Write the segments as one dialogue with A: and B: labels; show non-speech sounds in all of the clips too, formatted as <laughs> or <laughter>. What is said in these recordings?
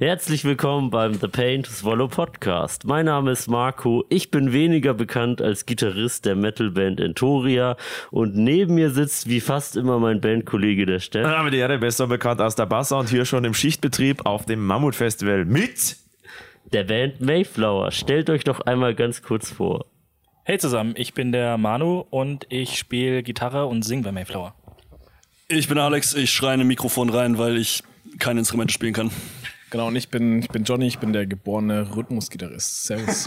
A: Herzlich willkommen beim The Pain to Swallow Podcast. Mein Name ist Marco. Ich bin weniger bekannt als Gitarrist der Metalband Entoria. Und neben mir sitzt wie fast immer mein Bandkollege der
B: Mein
A: Steff.
B: Name der Ehre, besser bekannt aus der Bassa und hier schon im Schichtbetrieb auf dem Mammutfestival mit.
A: Der Band Mayflower. Stellt euch doch einmal ganz kurz vor.
C: Hey zusammen, ich bin der Manu und ich spiele Gitarre und singe bei Mayflower.
D: Ich bin Alex, ich schreie in ein Mikrofon rein, weil ich kein Instrument spielen kann.
E: Genau, und ich bin, ich bin Johnny, ich bin der geborene Rhythmusgitarrist. Servus.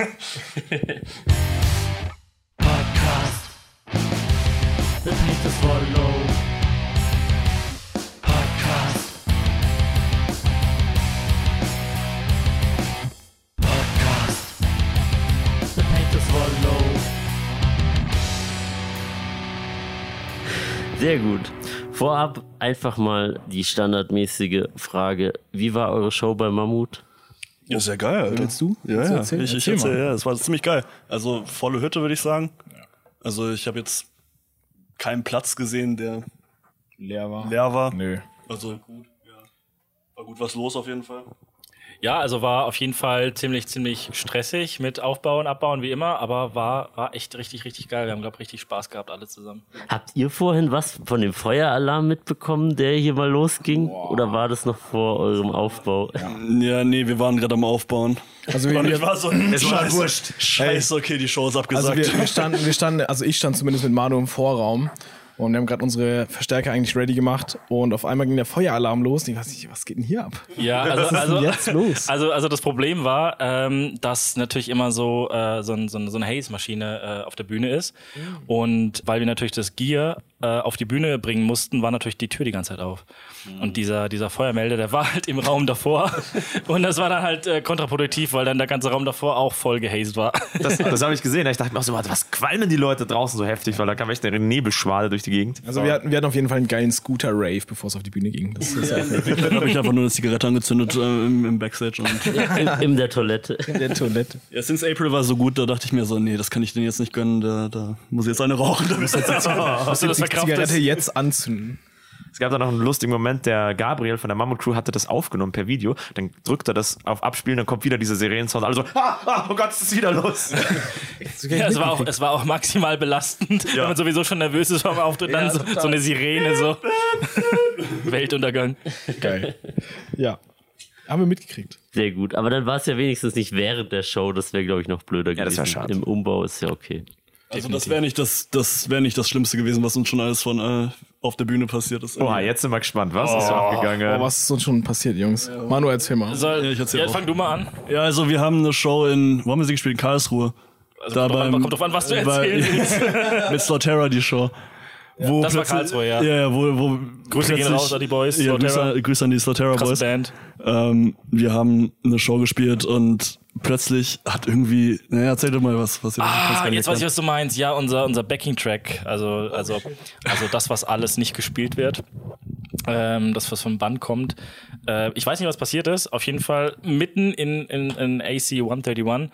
E: <laughs>
A: Sehr gut. Vorab einfach mal die standardmäßige Frage. Wie war eure Show bei Mammut?
D: Ja, ist ja geil, Alter.
E: Willst du?
D: Ja,
E: Willst du
D: ja.
E: erzählen?
D: ich, ich
E: Erzähl
D: erzähl,
E: mal.
D: ja. Es war ziemlich geil. Also volle Hütte, würde ich sagen. Also ich habe jetzt keinen Platz gesehen, der
E: Leer war.
D: leer war.
E: Nö.
D: Also gut, ja. War gut was los auf jeden Fall.
C: Ja, also war auf jeden Fall ziemlich, ziemlich stressig mit Aufbauen, Abbauen wie immer, aber war, war echt richtig, richtig geil. Wir haben, glaube ich, richtig Spaß gehabt, alle zusammen.
A: Habt ihr vorhin was von dem Feueralarm mitbekommen, der hier mal losging? Oder war das noch vor eurem Aufbau?
D: Ja, nee, wir waren gerade am Aufbauen.
E: Also wir-
D: Und ich
E: wir-
D: war so,
B: Es war
D: scheiße,
B: wurscht.
D: Scheiße, okay, die Show ist
E: Also
D: abgesagt. <laughs>
E: wir, wir standen, wir standen, also ich stand zumindest mit Manu im Vorraum und wir haben gerade unsere Verstärker eigentlich ready gemacht und auf einmal ging der Feueralarm los. Ich weiß nicht, was geht denn hier ab?
C: Ja, also,
E: ist denn
C: also,
E: jetzt los?
C: also, also das Problem war, ähm, dass natürlich immer so, äh, so, ein, so, ein, so eine Haze-Maschine äh, auf der Bühne ist.
D: Mm.
C: Und weil wir natürlich das Gear äh, auf die Bühne bringen mussten, war natürlich die Tür die ganze Zeit auf.
D: Mm.
C: Und dieser, dieser Feuermelder, der war halt im Raum
D: <laughs>
C: davor. Und das war dann halt äh, kontraproduktiv, weil dann der ganze Raum davor auch voll gehazed war.
B: Das, das habe ich gesehen. Ich dachte mir auch so, warte, was qualmen die Leute draußen so heftig, weil da kam echt eine Nebelschwade durch die Gegend.
E: Also wir hatten, wir hatten auf jeden Fall einen geilen Scooter-Rave, bevor es auf die Bühne ging. Das <laughs> ist ja
D: Dann habe ich einfach nur eine Zigarette angezündet äh, im, im Backstage. Und
A: <laughs>
D: ja,
A: In, in der Toilette.
E: der Toilette.
D: since April war so gut, da dachte ich mir so, nee, das kann ich denen jetzt nicht gönnen, da, da muss ich jetzt eine rauchen. Da <laughs> muss jetzt
C: Hast du das
E: Die Zigarette
C: verkraftet?
E: jetzt anzünden.
B: Es gab da noch einen lustigen Moment, der Gabriel von der Mammut Crew hatte das aufgenommen per Video. Dann drückt er das auf Abspielen, dann kommt wieder dieser Sirenensound. Also, ah, ah, oh Gott, es ist wieder los.
C: Ja, <laughs> es, war auch, es war auch maximal belastend, wenn man sowieso schon nervös ist beim Auftritt. Dann so, so eine Sirene,
D: <laughs>
C: so Weltuntergang.
E: Geil. Ja. Haben wir mitgekriegt.
A: Sehr gut. Aber dann war es ja wenigstens nicht während der Show. Das wäre, glaube ich, noch blöder
B: Ja, das
A: gewesen.
B: wär schade.
A: Im Umbau ist ja okay.
D: Also das wäre nicht das, das wäre nicht das Schlimmste gewesen, was uns schon alles von äh, auf der Bühne passiert ist.
B: Boah, jetzt sind wir gespannt, was ist so abgegangen.
E: Aber oh, was ist uns schon passiert, Jungs? Manu, erzähl mal.
C: So,
D: Ja, ich erzähl
C: ja,
D: auch.
C: fang du mal an.
D: Ja, also wir haben eine Show in, wo haben wir sie gespielt? In Karlsruhe. da
C: Also kommt drauf an-
D: beim-
C: kommt drauf an, was du
D: bei-
C: erzählen
D: mit Slaughterra die Show. Wo
C: das war
D: plötzlich-
C: Karlsruhe, ja.
D: Ja, ja, wo, wo
C: Grüße gehen
D: plötzlich-
C: raus an die Boys,
D: Ja,
C: Slaughterra.
D: Grüße, an- Grüße an die Slaughterra
C: Krasse
D: Boys.
C: Band.
D: Ähm, wir haben eine Show gespielt und plötzlich hat irgendwie, naja, erzähl doch mal was. was ihr
C: Ah,
D: was
C: jetzt weiß ich, was du meinst. Ja, unser, unser Backing-Track, also, also, also das, was alles nicht gespielt wird, ähm, das, was vom Band kommt. Äh, ich weiß nicht, was passiert ist. Auf jeden Fall mitten in, in, in AC 131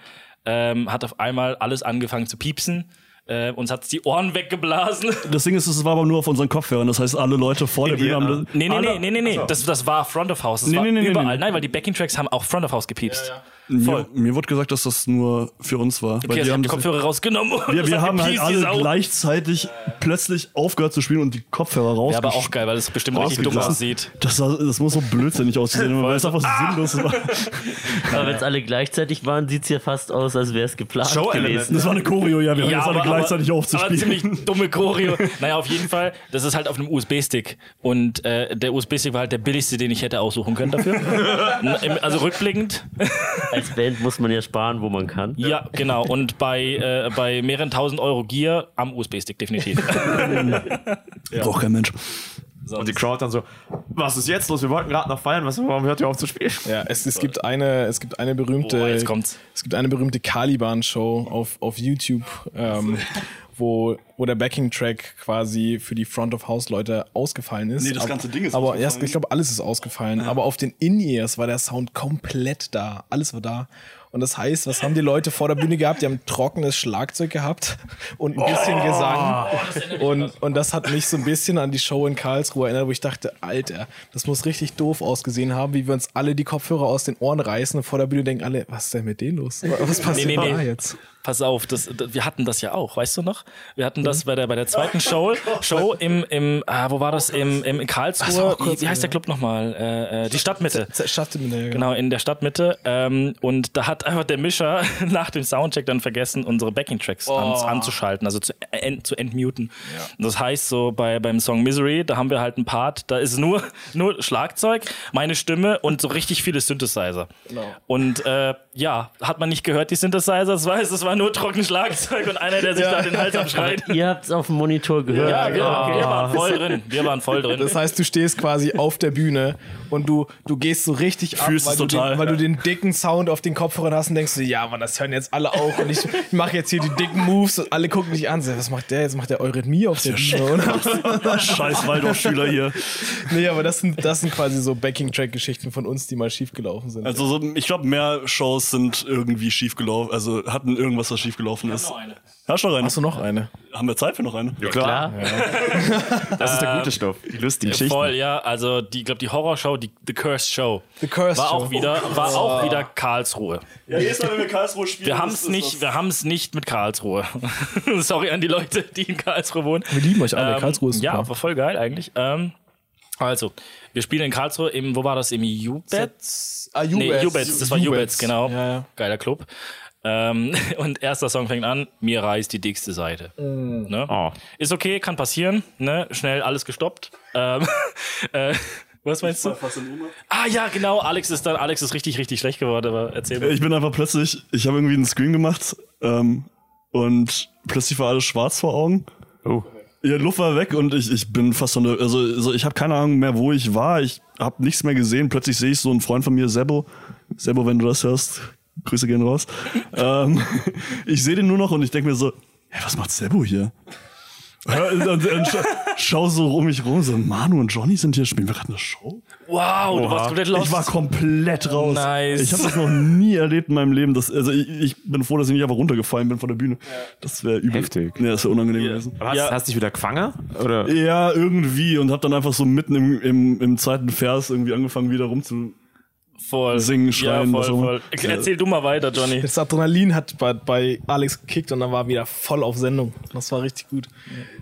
C: ähm, hat auf einmal alles angefangen zu piepsen. Äh, uns hat's die Ohren weggeblasen.
D: das Ding ist, es war aber nur auf unseren Kopfhörern. Das heißt, alle Leute vor der
B: wir
D: Bühne haben
C: <laughs>
D: das.
C: äh, Nee, nee,
D: alle,
C: nee, nee, nee, nee. Das, das war Front of House. Das
D: Nee,
C: war
D: nee, nee, nee,
C: überall.
D: nee.
C: Nein, weil die Backing-Tracks haben auch Front of House gepiepst.
D: Mir, mir wurde gesagt, dass das nur für uns war.
C: Okay, also ich
D: haben
C: hab die
D: das-
C: Kopfhörer rausgenommen. und
D: Wir,
C: das <laughs>
D: wir
C: hat
D: haben halt
C: gepiept, die
D: alle
C: Sau.
D: gleichzeitig plötzlich aufgehört zu spielen und die Kopfhörer raus.
C: Ja, aber auch geil, weil es bestimmt richtig dumm
B: Rausgeblasen.
C: aussieht.
D: Das, sah- das muss so blödsinnig
C: <laughs>
D: aussehen, weil es einfach so
C: Ah!
D: sinnlos war.
A: Aber wenn es alle gleichzeitig waren, sieht's ja fast aus, als wäre es geplant
B: Show-Element.
A: gewesen.
D: Das war eine Choreo, ja, wir haben das alle gleichzeitig
C: aber
D: aufzuspielen.
C: ziemlich dumme Choreo. naja, auf jeden Fall, das ist halt auf einem USB-Stick. Und äh, der USB-Stick war halt der billigste, den ich hätte aussuchen können dafür.
D: <laughs>
C: N- im- also rückblickend.
A: Als Band muss man ja sparen, wo man kann.
C: Ja, genau. Und bei, äh, bei mehreren tausend Euro Gear am USB-Stick,
D: <laughs>
C: definitiv.
D: Braucht
C: <laughs>
D: kein Mensch.
B: Und die Crowd dann so, was ist jetzt los? Wir wollten gerade noch feiern, was, warum hört ihr auf zu spielen?
D: <laughs>
E: Ja, es, es gibt eine, es gibt eine berühmte,
C: Boah, jetzt kommt's.
D: <laughs>
E: es gibt eine berühmte Caliban-Show auf, auf YouTube, ähm, wo wo der Backing-Track quasi für die Front-of-House-Leute ausgefallen ist.
D: Nee, das ganze Ding ist
E: Aber
D: ausgefallen.
E: ja, ich glaube, alles ist ausgefallen. Aber auf den In-Ears war der Sound komplett da. Alles war da. Und das heißt, was haben die Leute vor der Bühne gehabt? Die haben trockenes Schlagzeug gehabt und ein
C: Oh.
E: bisschen Gesang. Und, und das hat mich so ein bisschen an die Show in Karlsruhe erinnert, wo ich dachte, Alter, das muss richtig doof ausgesehen haben, wie wir uns alle die Kopfhörer aus den Ohren reißen und vor der Bühne denken alle, was ist denn mit denen los? Was passiert
C: nee, nee.
E: da jetzt?
C: Pass auf, das, das, wir hatten das ja auch, weißt du noch? Wir hatten das
D: Mhm.
C: bei der, bei der
D: <laughs>
C: zweiten Show, Show im, im ah, wo war das?
D: Oh
C: Im, im in
E: Das war
C: Karlsruhe.
E: auch
C: Wie,
E: kurz,
C: wie heißt der
E: ja.
C: Club nochmal? Äh, äh, die Stadtmitte.
E: Schaffte mir der
C: Genau, in der Stadtmitte. Ähm, und da hat einfach der Mischer <laughs> nach dem Soundcheck dann vergessen, unsere Backing-Tracks an, anzuschalten, also zu, en, zu entmuten. Und Das heißt, so bei, beim Song Misery, da haben wir halt einen Part, da ist nur, <laughs> nur Schlagzeug, meine Stimme und so richtig viele Synthesizer. Und äh, ja, hat man nicht gehört, die Synthesizer, es war, es war nur trocken Schlagzeug und einer, der sich da den Hals abschreit.
A: Ihr habt es auf dem Monitor gehört.
C: Ja, genau. wir, waren- wir waren voll drin. Wir waren voll drin.
E: Das heißt, du stehst quasi auf der Bühne und du, du gehst so richtig ab,
D: Fühlst
E: weil,
D: es
E: du den,
D: total,
E: weil du
D: ja.
E: den dicken Sound auf den Kopfhörern hast und denkst du, ja, Mann, das hören jetzt alle auch und ich, ich mache jetzt hier die dicken Moves und alle gucken dich an. So, was macht der jetzt? Macht der Eurythmie auf der Bühne? Oder?
D: Scheiß Waldorfschüler hier.
E: Nee, aber das sind, das sind quasi so Backing-Track-Geschichten von uns, die mal schiefgelaufen sind.
D: Also so, ich glaube, mehr Shows sind irgendwie schiefgelaufen, also hatten irgendwas, was schiefgelaufen ist. Hast du noch eine?
E: Hast du noch eine?
D: Haben wir Zeit für noch eine?
B: Ja, klar. <laughs> Das ist der gute Stoff. Die lustigen Geschichten.
C: Voll, ja. Also die, glaube die Horrorshow, die The Cursed Show,
E: The Cursed
C: war
E: Show. Oh.
C: auch wieder, war auch wieder Karlsruhe.
D: Ja, jedes Mal, wenn wir Karlsruhe spielen.
C: Wir haben es nicht, wir haben es nicht mit Karlsruhe. <laughs> Sorry an die Leute, die in Karlsruhe wohnen. Wir
E: lieben euch alle. Karlsruhe ist
C: ja,
E: super.
C: war voll geil eigentlich. Ähm, also, wir spielen in Karlsruhe im, wo war das im Jubet?
E: Ah,
C: Nee, Jubets, das war Jubets, genau.
E: Ja, ja.
C: Geiler Club. Ähm, <laughs> und erster Song fängt an, mir reißt die dickste Seite.
E: Mm.
C: Ne?
B: Oh.
C: Ist okay, kann passieren, ne? Schnell alles gestoppt. Ähm, <laughs> äh, was meinst du? Ah ja, genau, Alex ist dann, Alex ist richtig, richtig schlecht geworden, aber erzähl mal.
D: Ich bin einfach plötzlich, ich habe irgendwie einen Screen gemacht ähm, und plötzlich war alles schwarz vor Augen.
B: Oh.
D: Ja, Luft war weg und ich, ich bin fast so eine, also, also ich habe keine Ahnung mehr, wo ich war. Ich habe nichts mehr gesehen. Plötzlich sehe ich so einen Freund von mir, Sebo. Sebo, wenn du das hörst, Grüße gehen raus. ähm, ich sehe den nur noch und ich denke mir so, hey, was macht Sebo hier? Hör- und, und, und scha schau so um mich rum, so Manu und Johnny sind hier, spielen wir gerade eine Show?
C: Wow, du warst komplett lost.
D: Ich war komplett raus.
C: Nice.
D: Ich habe das noch nie erlebt in meinem Leben. Das, also ich, ich bin froh, dass ich nicht einfach runtergefallen bin von der Bühne. Das wäre übel.
B: Heftig.
D: Ja, das wäre unangenehm gewesen.
B: Aber hast,
C: Ja.
B: hast dich wieder Quanger? Oder?
D: Ja, irgendwie. Und habe dann einfach so mitten im, im, im zweiten Vers irgendwie angefangen, wieder rumzu...
C: voll.
D: Singen, schreien,
C: ja,
D: was auch immer.
C: voll, voll. Erzähl du mal weiter, Johnny.
E: Das Adrenalin hat bei, bei Alex gekickt und dann war wieder voll auf Sendung. Das war richtig gut.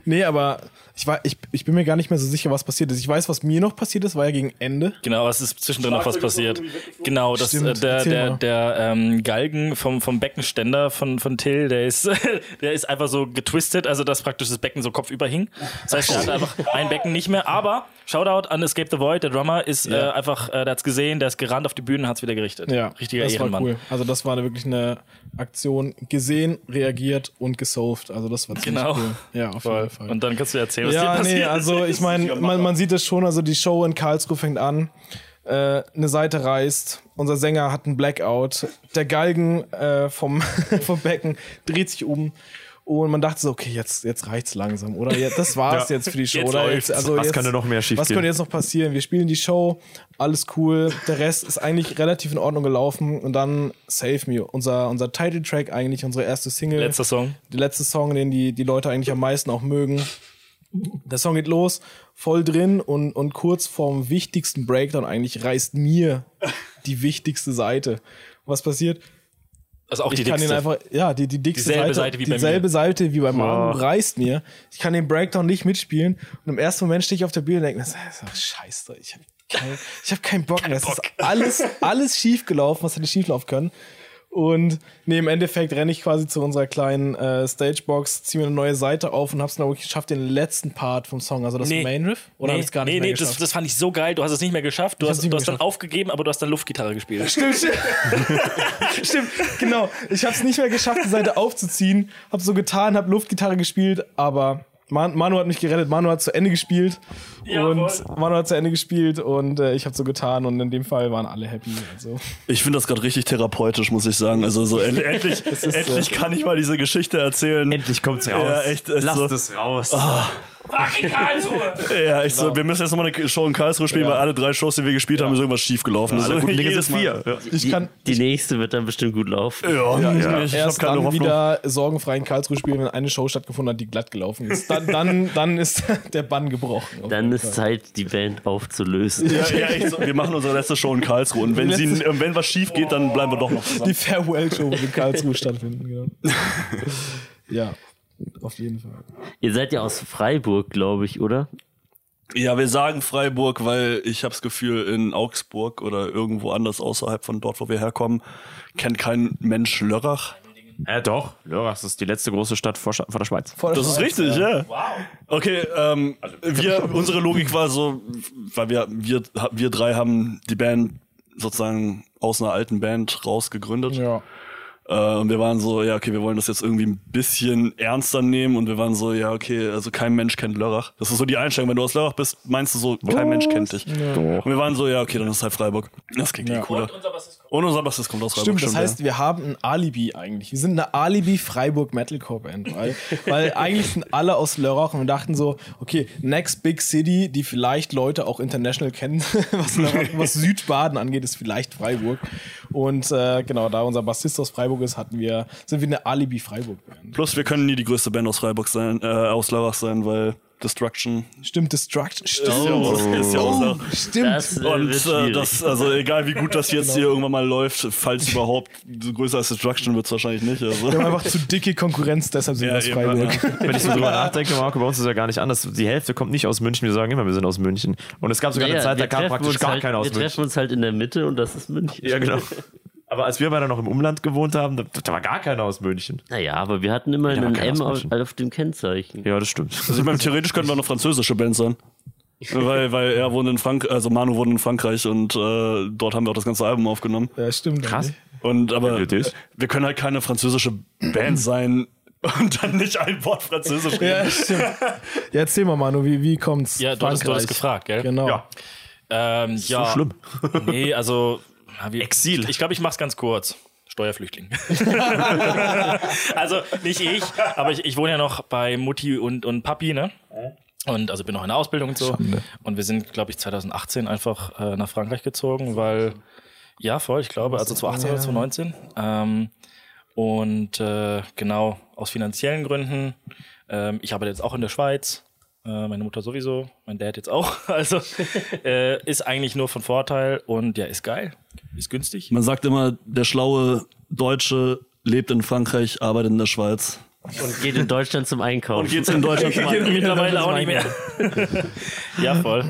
E: Nee, aber ich, war, ich, ich bin mir gar nicht mehr so sicher, was passiert ist. Ich weiß, was mir noch passiert ist, war ja gegen Ende.
C: Genau, es ist zwischendrin noch was passiert. Genau, das,
E: Stimmt,
C: äh, der,
E: erzähl
C: der,
E: mal.
C: der ähm, Galgen vom, vom Beckenständer von, von Till, der ist, <laughs> der ist einfach so getwistet, also dass praktisch das Becken so kopfüber hing. Das heißt, er hat einfach ein Becken nicht mehr. Aber Shoutout an Escape the Void, der Drummer ist äh, einfach, äh, der hat's gesehen, der ist gerannt auf die Bühne und hat's wieder gerichtet.
E: Ja,
C: Richtiger
E: das
C: Ehrenmann.
E: war cool. Also das war eine, wirklich eine Aktion. Gesehen, reagiert und gesolved. Also das war ziemlich
C: Genau.
E: cool. Ja, auf jeden Fall.
C: Und dann kannst du erzählen, was dir
E: ja,
C: passiert
E: nee, also
C: <laughs>
E: ich meine, man, man sieht es schon, also die Show in Karlsruhe fängt an, äh, eine Seite reißt, unser Sänger hat einen Blackout, der Galgen äh, vom, <laughs> vom Becken dreht sich um und man dachte so, okay, jetzt, jetzt reicht's langsam, oder? Ja,
C: <laughs>
E: das war's
B: Ja.
E: jetzt für die Show,
C: Jetzt
E: oder?
C: läuft's.
E: also
B: Was könnte noch mehr
E: Was
B: schiefgehen?
E: könnte jetzt noch passieren? Wir spielen die Show, alles cool, der Rest ist eigentlich relativ in Ordnung gelaufen und dann Save Me, unser, unser Titeltrack eigentlich, unsere erste Single
C: Letzter Song.
E: der letzte Song, den die, die Leute eigentlich am meisten auch mögen. Der Song geht los, voll drin und, und kurz vorm wichtigsten Breakdown eigentlich reißt mir die wichtigste Seite. Was passiert?
C: Also auch die
E: Ich kann den
C: dickste.
E: einfach, ja, die, die dickste
C: Dieselbe
E: Seite
C: Seite wie bei mir.
E: dieselbe Seite wie beim Arm
B: Boah.
E: reißt mir. Ich kann den Breakdown nicht mitspielen und im ersten Moment stehe ich auf der Bühne und denke, das ist doch scheiße, ich habe kein, ich hab keinen Bock. das
C: <laughs>
E: ist alles, alles schief gelaufen, was hätte schief laufen können. Und nee, im Endeffekt renne ich quasi zu unserer kleinen äh, Stagebox, ziehe mir eine neue Seite auf und hab's dann wirklich geschafft, den letzten Part vom Song, also das Main Riff, oder hab ich's gar nicht
C: nee,
E: mehr
C: nee, das,
E: geschafft?
C: das fand ich so geil. Du hast es nicht mehr geschafft. Du
E: hab's
C: hast,
E: nicht
C: du
E: mehr
C: hast dann
E: geschafft.
C: aufgegeben, aber du hast dann Luftgitarre gespielt.
E: Stimmt, stimmt. <laughs> stimmt, genau. Ich habe es nicht mehr geschafft, die Seite aufzuziehen. Habe so getan, habe Luftgitarre gespielt, aber Man, Manu hat mich gerettet, Manu hat zu Ende gespielt
C: Jawohl.
E: und Manu hat zu Ende gespielt und äh, ich habe so getan und in dem Fall waren alle happy. Also.
D: Ich finde das gerade richtig therapeutisch, muss ich sagen. Also so end, endlich, endlich kann ich mal diese Geschichte erzählen.
B: Endlich kommt's raus.
D: Ja, echt, echt
B: Lasst
D: so. Oh,
B: es raus.
C: Fuck in Karlsruhe!
D: Ja, ich so, wir müssen jetzt nochmal eine Show in Karlsruhe spielen, weil alle drei Shows, die wir gespielt haben, ist irgendwas schiefgelaufen. Ja,
B: Alle
D: <laughs>
B: guten Dinge
D: jedes
B: sind vier. Ja.
E: Ich kann,
A: Die, die nächste wird dann bestimmt gut laufen.
D: Mal- Ja, ich, ich habe
E: erst
D: keine
E: dann
D: Hoffnung.
E: wieder sorgenfrei in Karlsruhe spielen, wenn eine Show stattgefunden hat, die glatt gelaufen ist. Dann, dann, dann ist <laughs> der Bann gebrochen. auf
A: Dann
E: jeden
A: ist
E: Fall.
A: Zeit, die Band aufzulösen.
D: Ja, ja, echt so. Wir machen unsere letzte Show in Karlsruhe und wenn, sie,
E: Letzte-
D: und wenn was schief geht, dann bleiben wir doch noch zusammen.
E: die Farewell-Show wird in Karlsruhe <laughs> stattfinden. Genau. ja, auf jeden Fall.
A: Ihr seid ja aus Freiburg, glaube ich, oder?
D: Ja, wir sagen Freiburg, weil ich habe das Gefühl, in Augsburg oder irgendwo anders außerhalb von dort, wo wir herkommen, kennt kein Mensch Lörrach.
B: Ja, doch. Lörrach ist die letzte große Stadt vor, Scha- vor der
D: <laughs>
B: Schweiz.
E: Voll
D: Das ist
E: Spaß,
D: richtig, ja. Okay, ähm, wir, unsere Logik war so, weil wir, wir, wir drei haben die Band sozusagen aus einer alten Band rausgegründet.
E: Ja.
D: Äh, und wir waren so, ja, okay, wir wollen das jetzt irgendwie ein bisschen ernster nehmen. Und wir waren so, ja, okay, also kein Mensch kennt Lörrach. Das ist so die Einstellung. Wenn du aus Lörrach bist, meinst du so, kein Mensch kennt dich. Und wir waren so, ja, okay, dann ist halt Freiburg. Das klingt eh cooler. Und unser Bassist kommt aus Freiburg.
E: Stimmt, das
D: schon,
E: heißt,
D: ja.
E: wir haben ein Alibi eigentlich. Wir sind eine Alibi Freiburg Metalcore Band, weil, weil eigentlich sind alle aus Lörrach und wir dachten so, okay, next big city, die vielleicht Leute auch international kennen, <laughs> was, Lörrach, was Südbaden angeht, ist vielleicht Freiburg. Und äh, genau, da unser Bassist aus Freiburg ist, hatten wir, sind wir eine Alibi Freiburg Band.
D: Plus, wir können nie die größte Band aus Freiburg sein, äh, aus Lörrach sein, weil Destruction
E: Stimmt, Destruction. Stimmt.
D: ist ja aus, ist ja aus Lörrach.
E: Stimmt.
A: Das äh,
D: Und
A: wird
D: äh,
A: schwierig.
D: das, also egal wie gut das jetzt
E: Genau.
D: hier irgendwann mal läuft, falls überhaupt, so größer als Destruction wird's wahrscheinlich nicht. Also.
E: wir haben
D: <laughs>
E: einfach zu dicke Konkurrenz, deshalb sind wir aus
D: eben,
E: Freiburg.
D: <laughs>
B: Wenn ich so drüber nachdenke, Marco, bei uns ist es ja gar nicht anders. Die Hälfte kommt nicht aus München. Wir sagen immer, wir sind aus München. Und es gab sogar eine
A: Naja,
B: Zeit, da
A: wir
B: kam
A: treffen
B: praktisch
A: uns
B: gar
A: halt,
B: keiner aus
A: Wir
B: München.
A: treffen uns halt in der Mitte und das ist München.
B: Ja, genau. <laughs> Aber als wir beide noch im Umland gewohnt haben, da, da war gar keiner aus München.
A: Naja, aber wir hatten immer
B: Ja, aber
A: einen
B: keiner
A: M
B: aus
A: auf,
B: München.
A: auf dem Kennzeichen.
B: Ja, das stimmt.
D: Also ich meine, theoretisch könnten wir eine französische Band sein. weil, weil er wohnt in Frank, also Manu wohnt in Frankreich und äh, dort haben wir auch das ganze Album aufgenommen.
E: Ja, stimmt.
B: Krass.
D: Und aber
B: Ja, das.
D: wir können halt keine französische Band sein und dann nicht ein Wort Französisch reden.
E: Ja, stimmt. Ja, erzähl mal, Manu, wie, wie kommt's?
C: Ja, du hattest- du hattest gefragt, gell?
E: Genau.
B: Ja.
C: Ähm, ja.
B: so schlimm.
C: Nee, also. ja, wie-
B: Exil.
C: Ich, ich glaube, ich mach's ganz kurz.
B: <laughs>
C: Steuerflüchtling. also nicht ich, aber ich, ich wohne ja noch bei Mutti und, und Papi, ne? Und also bin noch in der Ausbildung und so. Und wir sind, glaube ich, 2018 einfach äh, nach Frankreich gezogen, weil, ja, voll, ich glaube, also 2018 oder 2019. Ähm, und äh, genau, aus finanziellen Gründen. Ähm, ich arbeite jetzt auch in der Schweiz. Äh, meine Mutter sowieso, mein Dad jetzt auch. <laughs> Also äh, ist eigentlich nur von Vorteil und ja, ist geil. Ist
D: <laughs>
C: günstig.
D: Man sagt immer, der schlaue Deutsche lebt in Frankreich, arbeitet in der Schweiz.
A: Und geht in Deutschland zum Einkaufen. Genau,
D: Und geht's in
A: <laughs>
D: Deutschland mal.
C: Mittlerweile auch nicht mehr. ja, voll.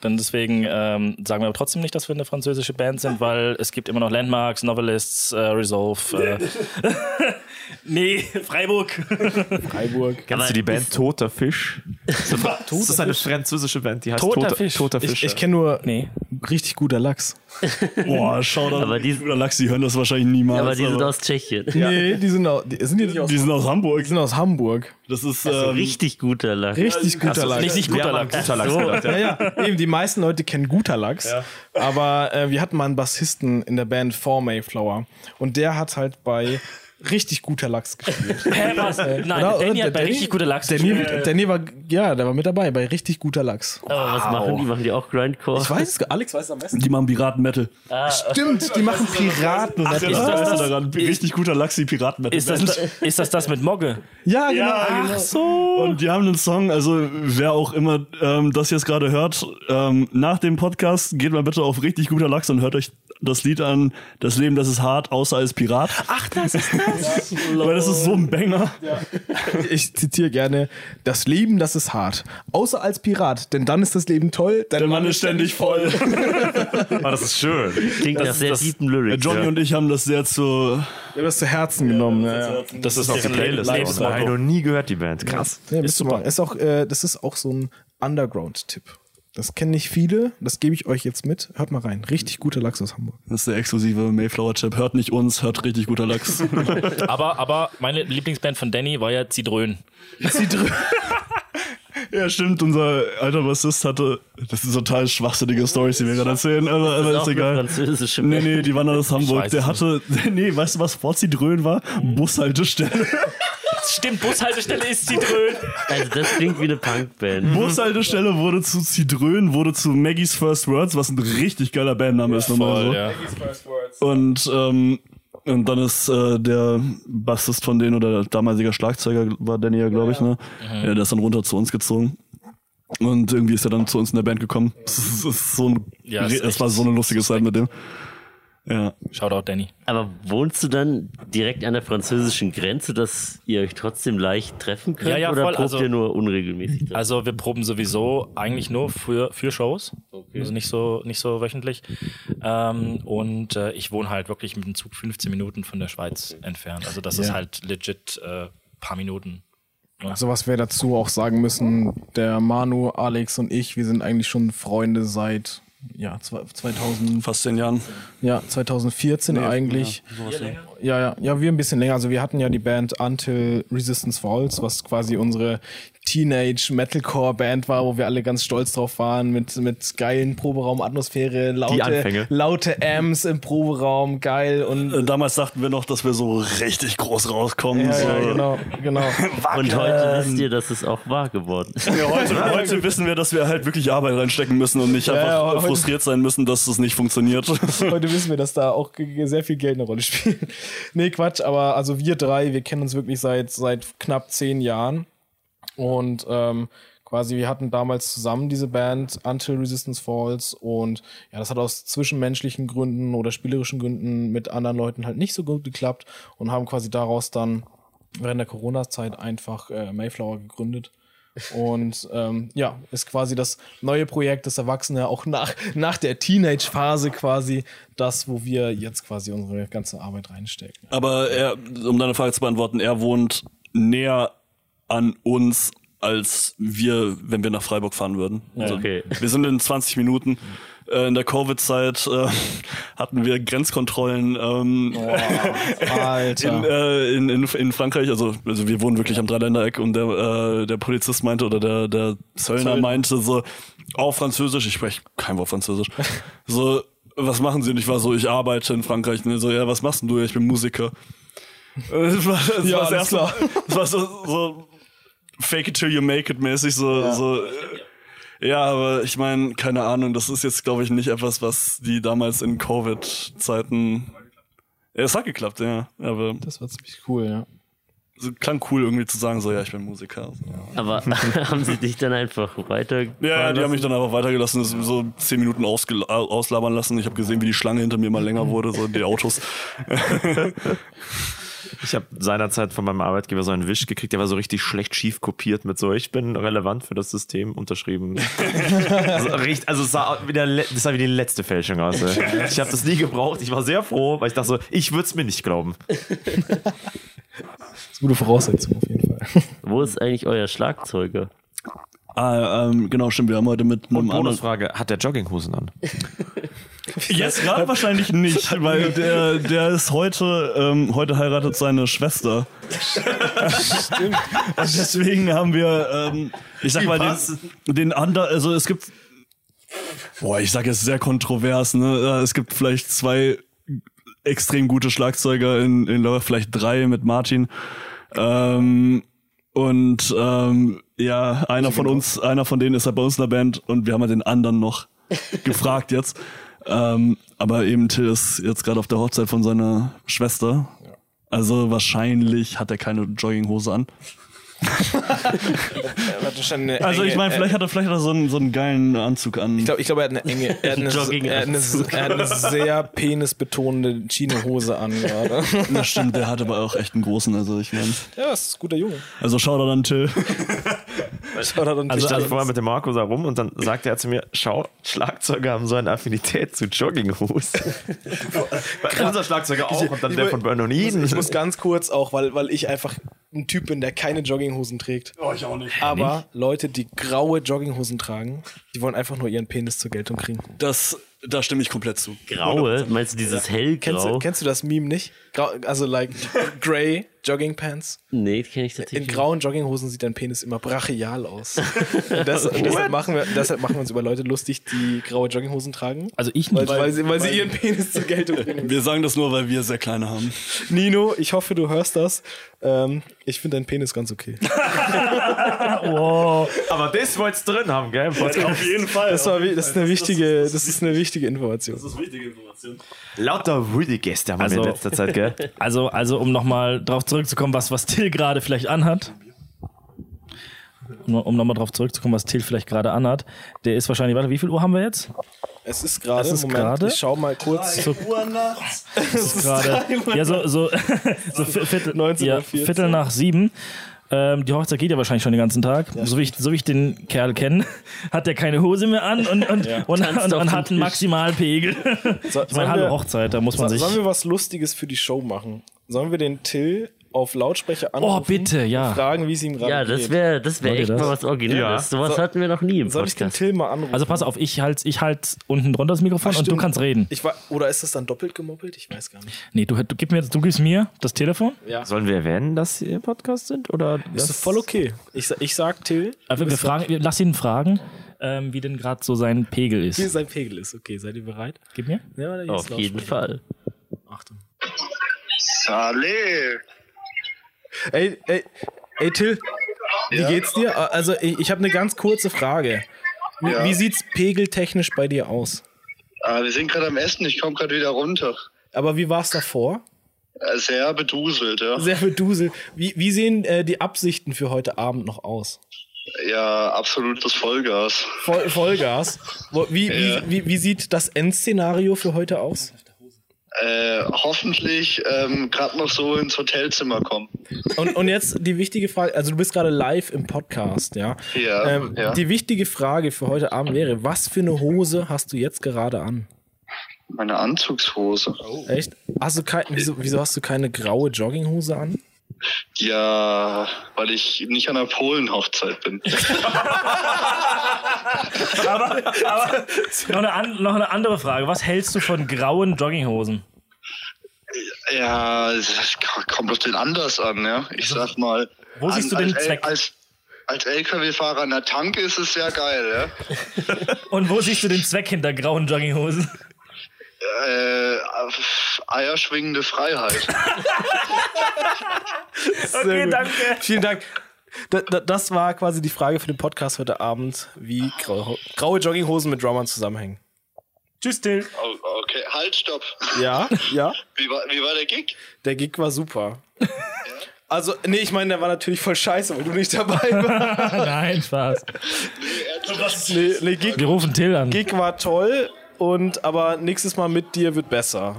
C: Dann deswegen ähm, sagen wir aber trotzdem nicht, dass wir eine französische Band sind, weil es gibt immer noch Landmarks, Novelists, äh, Resolve. Äh. <laughs> nee, Freiburg.
E: Freiburg.
B: Kennst du die Band Toter Fisch? Das ist eine französische Band, die heißt
C: Toter
B: Toter,
C: Fisch.
B: Toter Fisch.
E: Ich, ich kenne nur
C: Nee.
E: richtig guter Lachs.
D: Boah, <laughs> schau da.
A: Aber die-
D: oder Lachs, die hören das wahrscheinlich niemals.
A: aber die sind aus Tschechien.
E: Nee, die sind, auch, die, sind die nicht aus,
D: die sind aus Hamburg.
E: die sind aus Hamburg.
D: Das ist
A: Also
D: ähm,
A: richtig guter Lach.
E: Richtig guter Lachs.
C: Nicht, nicht guter Lack.
B: Toter Lachs gedacht, ja.
E: ja, ja, eben, die meisten Leute kennen guter Lachs, aber äh, wir hatten mal einen Bassisten in der Band Four Mayflower und der hat halt bei richtig guter Lachs gespielt.
C: Hä, was? Nein,
E: Oder-
C: Danny
E: oder
C: hat bei
E: Genau, Danny?
C: richtig guter Lachs.
E: Danny,
C: gespielt. Oh.
E: Danny war, ja, der war mit dabei bei richtig guter Lachs.
A: Aber Oh, was machen die? Machen die auch Grindcore?
E: Ich weiß es, gar- Alex weiß es am besten.
D: die machen Piratenmetal.
E: Stimmt, die machen Piraten.
C: Ist das
D: Weißt du
C: das-
D: daran? Richtig guter Lachs, die Piratenmetal.
C: Ist das, <laughs> ist das das mit Mogge?
E: ja, genau.
C: Ach so.
D: Und die haben einen Song, also wer auch immer ähm, das jetzt gerade hört, ähm, nach dem Podcast geht mal bitte auf richtig guter Lachs und hört euch das Lied an. Das Leben, das ist hart, außer als Pirat. Ach, das ist das. <laughs> Weil das ist so ein Banger.
E: Ich zitiere gerne: Das Leben, das ist hart. Außer als Pirat, denn dann ist das Leben toll. Dein
D: Der Mann ist ständig voll.
B: <laughs> Ah, das ist schön.
A: Klingt nach sehr
B: das-
A: tiefen Lyrics.
D: Johnny
A: ja.
D: und ich haben das sehr zu.
E: Ich habe das zu Herzen genommen. Ja, ja.
C: Das ist
B: Auf der Playlist. auch. Nein, noch nie gehört die Band. Krass.
E: Ja, ist super. Ist auch, äh, das ist auch so ein Underground-Tipp. Das kennen nicht viele. Das gebe ich euch jetzt mit. Hört mal rein. Richtig guter Lachs aus Hamburg.
D: Das ist der exklusive Mayflower-Chip. Hört nicht uns, hört richtig
B: <laughs>
D: guter Lachs.
C: Aber, aber meine Lieblingsband von Danny war ja Zidrön.
E: Zidrö.
D: Ja, stimmt, unser alter Bassist hatte. Das sind total schwachsinnige Stories, die wir gerade erzählen, aber, aber ist,
A: auch eine
D: egal.
A: französische
D: Nee,
A: Band.
D: nee, die waren aus Hamburg.
C: weiß
D: Der
C: es
D: hatte. <laughs> Nee, weißt du, was vor Zidrön war? Bushaltestelle.
C: Stimmt, Bushaltestelle ist <laughs> Zitrön.
A: Also das klingt wie eine Punkband.
D: Bushaltestelle wurde zu Zidrön, wurde zu Maggie's First Words, was ein richtig geiler Bandname ist nochmal so.
C: ja.
D: Und, ähm, und dann ist äh, der Bassist von denen oder der damaliger Schlagzeuger war Danny ja, glaube ich, ne?
C: Mhm.
D: Ja, der ist dann runter zu uns gezogen. Und irgendwie ist er dann zu uns in der Band gekommen. Es ist, es ist so ein,
C: Ja,
D: es
C: ist echt
D: war so eine lustige Zeit mit dem. Ja.
C: Shoutout, Danny.
A: Aber wohnst du dann direkt an der französischen Grenze, dass ihr euch trotzdem leicht treffen könnt?
C: Ja, ja,
A: oder
C: voll,
A: probt
C: also-
A: ihr nur unregelmäßig? dran?
C: Also wir proben sowieso eigentlich nur für, für Shows. Also nicht so, nicht so wöchentlich. Ähm, und äh, ich wohne halt wirklich mit dem Zug 15 Minuten von der Schweiz entfernt. Also das ist
E: Ja.
C: halt legit äh, paar Minuten.
E: Also was wir dazu auch sagen müssen, der Manu, Alex und ich, wir sind eigentlich schon Freunde seit ja, zwei- 2000,
D: Fast zehn Jahren.
E: ja, 2014 eigentlich. Ja, ja, ja, wir ein bisschen länger. Also wir hatten ja die Band Until Resistance Falls, was quasi unsere Teenage Metalcore Band war, wo wir alle ganz stolz drauf waren mit mit geilen Proberaumatmosphäre, laute
B: Anfänge.
E: laute Amps im Proberaum, geil und
D: Äh, Damals dachten wir noch, dass wir so richtig groß rauskommen.
E: ja,
D: so.
E: ja, genau, genau.
A: Und
D: Ähm,
A: heute wisst ihr, dass es auch wahr geworden ist.
D: Ja, heute, heute wissen wir, dass wir halt wirklich Arbeit reinstecken müssen und nicht einfach
E: ja, heute-
D: frustriert sein müssen, dass es nicht funktioniert.
E: Heute wissen wir, dass da auch g- g- sehr viel Geld eine Rolle spielt. nee, Quatsch, aber also wir drei, wir kennen uns wirklich seit, seit knapp zehn Jahren. Und ähm, quasi, wir hatten damals zusammen diese Band Until Resistance Falls und ja, das hat aus zwischenmenschlichen Gründen oder spielerischen Gründen mit anderen Leuten halt nicht so gut geklappt und haben quasi daraus dann während der Corona-Zeit einfach äh, Mayflower gegründet. Und ähm, ja, ist quasi das neue Projekt, das Erwachsene, auch nach, nach der Teenage-Phase quasi, das, wo wir jetzt quasi unsere ganze
D: <laughs>
E: Arbeit reinstecken.
D: Aber er, um deine Frage zu beantworten, er wohnt näher an uns als wir, wenn wir nach Freiburg fahren würden. Also,
A: okay.
D: Wir sind in 20 Minuten. Äh, In der Covid-Zeit äh, <laughs> hatten wir Grenzkontrollen ähm, in,
E: Alter.
D: äh, in, in, in Frankreich. Also, also wir wohnen wirklich am Dreiländereck und der, äh, der Polizist meinte oder der, der Zöllner
E: Zöllner.
D: meinte so, oh, Französisch, ich spreche kein Wort
E: <laughs>
D: Französisch. so, was machen Sie? Und ich war so, ich arbeite in Frankreich. Und er so, ja, was machst denn du? Ja, ich bin Musiker. <laughs> Das war, das
E: Ja,
D: war das
E: alles
D: erste-
E: klar.
D: Das war so, so fake it till you make it mäßig, so, so. äh, Ja, aber ich meine, keine Ahnung, das ist jetzt, glaube ich, nicht etwas, was die damals in Covid-Zeiten. Ja, es hat geklappt, ja. Aber
E: Das war ziemlich cool, ja.
D: so, klang cool irgendwie zu sagen, so, ja, ich bin Musiker.
C: <laughs>
A: Aber haben sie dich dann einfach weiter.
D: Ja, ja, die haben mich dann einfach weitergelassen, das so zehn Minuten ausgel- auslabern lassen. Ich habe gesehen, wie die Schlange hinter mir mal länger wurde, so die Autos.
B: Ich habe seinerzeit von meinem Arbeitgeber so einen Wisch gekriegt, der war so richtig schlecht schief kopiert mit so, ich bin relevant für das System <laughs> unterschrieben. also, richtig, also es sah wie, der, le- das sah wie die letzte Fälschung aus. Ey. Ich habe das nie gebraucht, ich war sehr froh, weil ich dachte so, ich würde es mir nicht glauben.
E: Das ist eine gute Voraussetzung auf jeden Fall.
A: Wo ist eigentlich euer Schlagzeuger?
D: Ah, ähm, genau, stimmt, wir haben heute mit einem
B: Und
D: anderen
B: Bonusfrage, hat der Jogginghosen an?
D: Jetzt gerade wahrscheinlich <laughs> nicht, weil der, der ist heute, ähm, heute heiratet seine Schwester. Stimmt. Und deswegen haben wir, ähm, ich sag mal, den, den anderen, also es gibt, boah, ich sag jetzt sehr kontrovers, ne? Ja, Es gibt vielleicht zwei extrem gute Schlagzeuger in, in Lörrach, vielleicht drei mit Martin. Ähm, und ähm, ja, einer von uns, einer von denen ist halt bei uns in der Band und wir haben halt den anderen
E: <laughs>
D: noch gefragt jetzt. Ähm, aber eben Till ist jetzt gerade auf der Hochzeit von seiner Schwester. Also wahrscheinlich hat er keine Jogginghose an. Also ich meine, vielleicht hat er vielleicht hat er so einen so einen geilen Anzug an.
E: Äh, Ich glaube, ich glaub, er hat eine enge, er
B: <laughs>
E: hat eine, er hat eine, er hat eine sehr penisbetonende Chino-Hose an gerade.
D: Na stimmt, der hat aber auch echt einen großen. Also ich meine,
E: <laughs> Ja, das ist ein guter Junge.
D: also schau da dann Till.
B: Also ich stand vorher mit dem Marco da rum
E: <clears throat>
B: und dann sagte er zu mir, schau, Schlagzeuger haben so eine Affinität zu Jogginghosen.
E: <laughs>
B: Unser Schlagzeuger auch und dann der von Burn on Eden.
E: Ich muss ganz kurz auch, weil, weil ich einfach ein Typ bin, der keine Jogginghosen trägt.
D: Oh, ich auch nicht.
E: Aber Leute, die graue Jogginghosen tragen, Die wollen einfach nur ihren Penis zur Geltung kriegen.
D: Das, da stimme ich komplett zu.
A: Graue? Meinst du dieses
E: Kennst, du,
A: hellgrau?
E: kennst du das Meme nicht? Grau, also like grey Joggingpants.
A: nee, kenne ich
E: In
A: tatsächlich nicht.
E: grauen Jogginghosen sieht dein Penis immer
C: <laughs>
E: brachial aus. Und das, und deshalb, machen wir, deshalb machen wir uns über Leute lustig, die graue Jogginghosen tragen.
C: Also ich
E: weil,
C: nicht.
E: weil, sie, weil sie ihren Penis zur Geltung
C: <laughs>
E: bringen.
D: Wir sagen das nur, weil wir sehr kleine haben.
E: Nino, ich hoffe, du hörst das. Ähm, ich finde deinen Penis ganz okay.
B: Aber das wolltest du drin haben, gell?
D: Auf jeden Fall.
E: Das, war, wi- das, ist, eine wichtige, das ist eine wichtige Information.
D: ist wichtige Information.
B: Lauter wilde Gäste haben wir
C: Also-
B: in letzter Zeit, gell?
E: <laughs>
C: Also, also um nochmal drauf zurückzukommen, was, was Till gerade vielleicht anhat. Um, um nochmal drauf zurückzukommen, was Till vielleicht gerade anhat. Der ist wahrscheinlich, warte, wie viel Uhr haben wir jetzt?
E: Es ist gerade,
C: Es ist
E: Moment,
C: gerade?
E: ich schau mal <laughs> kurz.
C: Gerade. Ja, so,
E: <laughs>
C: so, so vi- Viertel,
E: 19
C: ja,
E: nach 14.
C: Viertel nach sieben. Ähm, die Hochzeit geht ja wahrscheinlich schon den ganzen Tag. So, wie ich, so wie ich den Kerl kenne, <laughs> hat der keine Hose mehr an und, und, und,
A: Tanzt
C: und,
A: auf
C: und
A: dem
C: hat
A: Tisch.
C: einen <laughs> Maximalpegel.
E: So,
C: Ich meine,
E: sollen wir-
C: hallo Hochzeit, da muss man
E: So,
C: sich.
E: sollen wir was Lustiges für die Show machen? Sollen wir den Till auf Lautsprecher anrufen?
C: Oh, bitte, ja.
E: und Fragen, wie es ihm gerade
A: Ja,
E: geht.
A: das wäre das wär
C: Wollt ihr
A: echt
C: das?
A: mal was Originelles. Sowas hatten wir noch nie im
E: Soll ich den
A: Podcast.
E: Till mal anrufen?
C: Also pass auf, ich halt, ich halt unten drunter das Mikrofon und du
E: Stimmt.
C: kannst reden.
E: Ich war, oder ist das dann doppelt gemoppelt? Ich weiß gar nicht.
C: Nee, du, du, gib mir, du gibst mir das Telefon.
B: Sollen wir erwähnen, dass sie im Podcast sind? Oder
E: Das ist voll okay. Ich, sa- ich sag Till,
C: Äh, wir, wir fragen, wir, lass ihn fragen, ähm, wie denn gerade so sein Pegel
E: hier
C: ist.
E: sein Pegel ist. Okay, seid ihr bereit?
C: Gib mir.
E: Ja, oder hier
A: Auf
E: ist Lautsprecher.
A: jeden Fall.
E: Achtung.
F: Salé.
E: Ey, ey, ey Till, wie geht's dir? Ah, Also, ich, ich habe eine ganz kurze Frage. Wie-
F: Ja.
E: Wie sieht's pegeltechnisch bei dir aus?
F: Ah, wir sind gerade am Essen, ich komme gerade wieder runter.
E: Aber wie war's davor?
F: Äh, Sehr beduselt, ja.
E: Sehr bedusel. Wie, wie sehen äh, die Absichten für heute Abend noch aus?
F: Ja, absolutes Vollgas.
E: Voll, Vollgas. Wo- Wie, wie, wie, wie sieht das Endszenario für heute aus?
F: Äh, hoffentlich ähm, gerade noch so ins Hotelzimmer kommen.
E: Und, und jetzt die wichtige Frage, also du bist gerade live im Podcast, ja?
F: Ja,
E: Ähm,
F: ja.
E: Die wichtige Frage für heute Abend wäre, was für eine Hose hast du jetzt gerade an?
F: Meine Anzugshose.
E: Echt? Hast du kein, wieso, wieso hast du keine graue Jogginghose an?
F: Ja, weil ich nicht an einer
C: <laughs>
F: Polenhochzeit bin.
C: <laughs> Noch eine, an, noch eine andere Frage. Was hältst du von grauen Jogginghosen?
F: ja, es kommt auf den anders an, ja. Ich sag mal.
C: Also, Wo siehst du
F: an-
C: den
F: als,
C: Zweck?
F: Als, als LKW-Fahrer an der Tanke ist es sehr geil, ja.
C: Und wo siehst du den Zweck hinter grauen Jogginghosen? <laughs>
F: Äh, eierschwingende Freiheit.
E: Sehr gut.
C: danke.
E: Vielen Dank. Da, da, das war quasi die Frage für den Podcast heute Abend, wie graue, graue Jogginghosen mit Drummern zusammenhängen.
C: Tschüss, Till.
F: Oh, okay, halt, stopp.
E: Ja, ja.
F: Wie war, wie war der Gig?
E: Der Gig war super. Also, nee, ich meine, der war natürlich voll scheiße, weil du nicht dabei <laughs> warst.
C: Ah, Nein, Spaß.
E: Nee, nee Gig,
C: Wir rufen Till an.
E: Gig war toll, und aber nächstes Mal mit dir wird besser.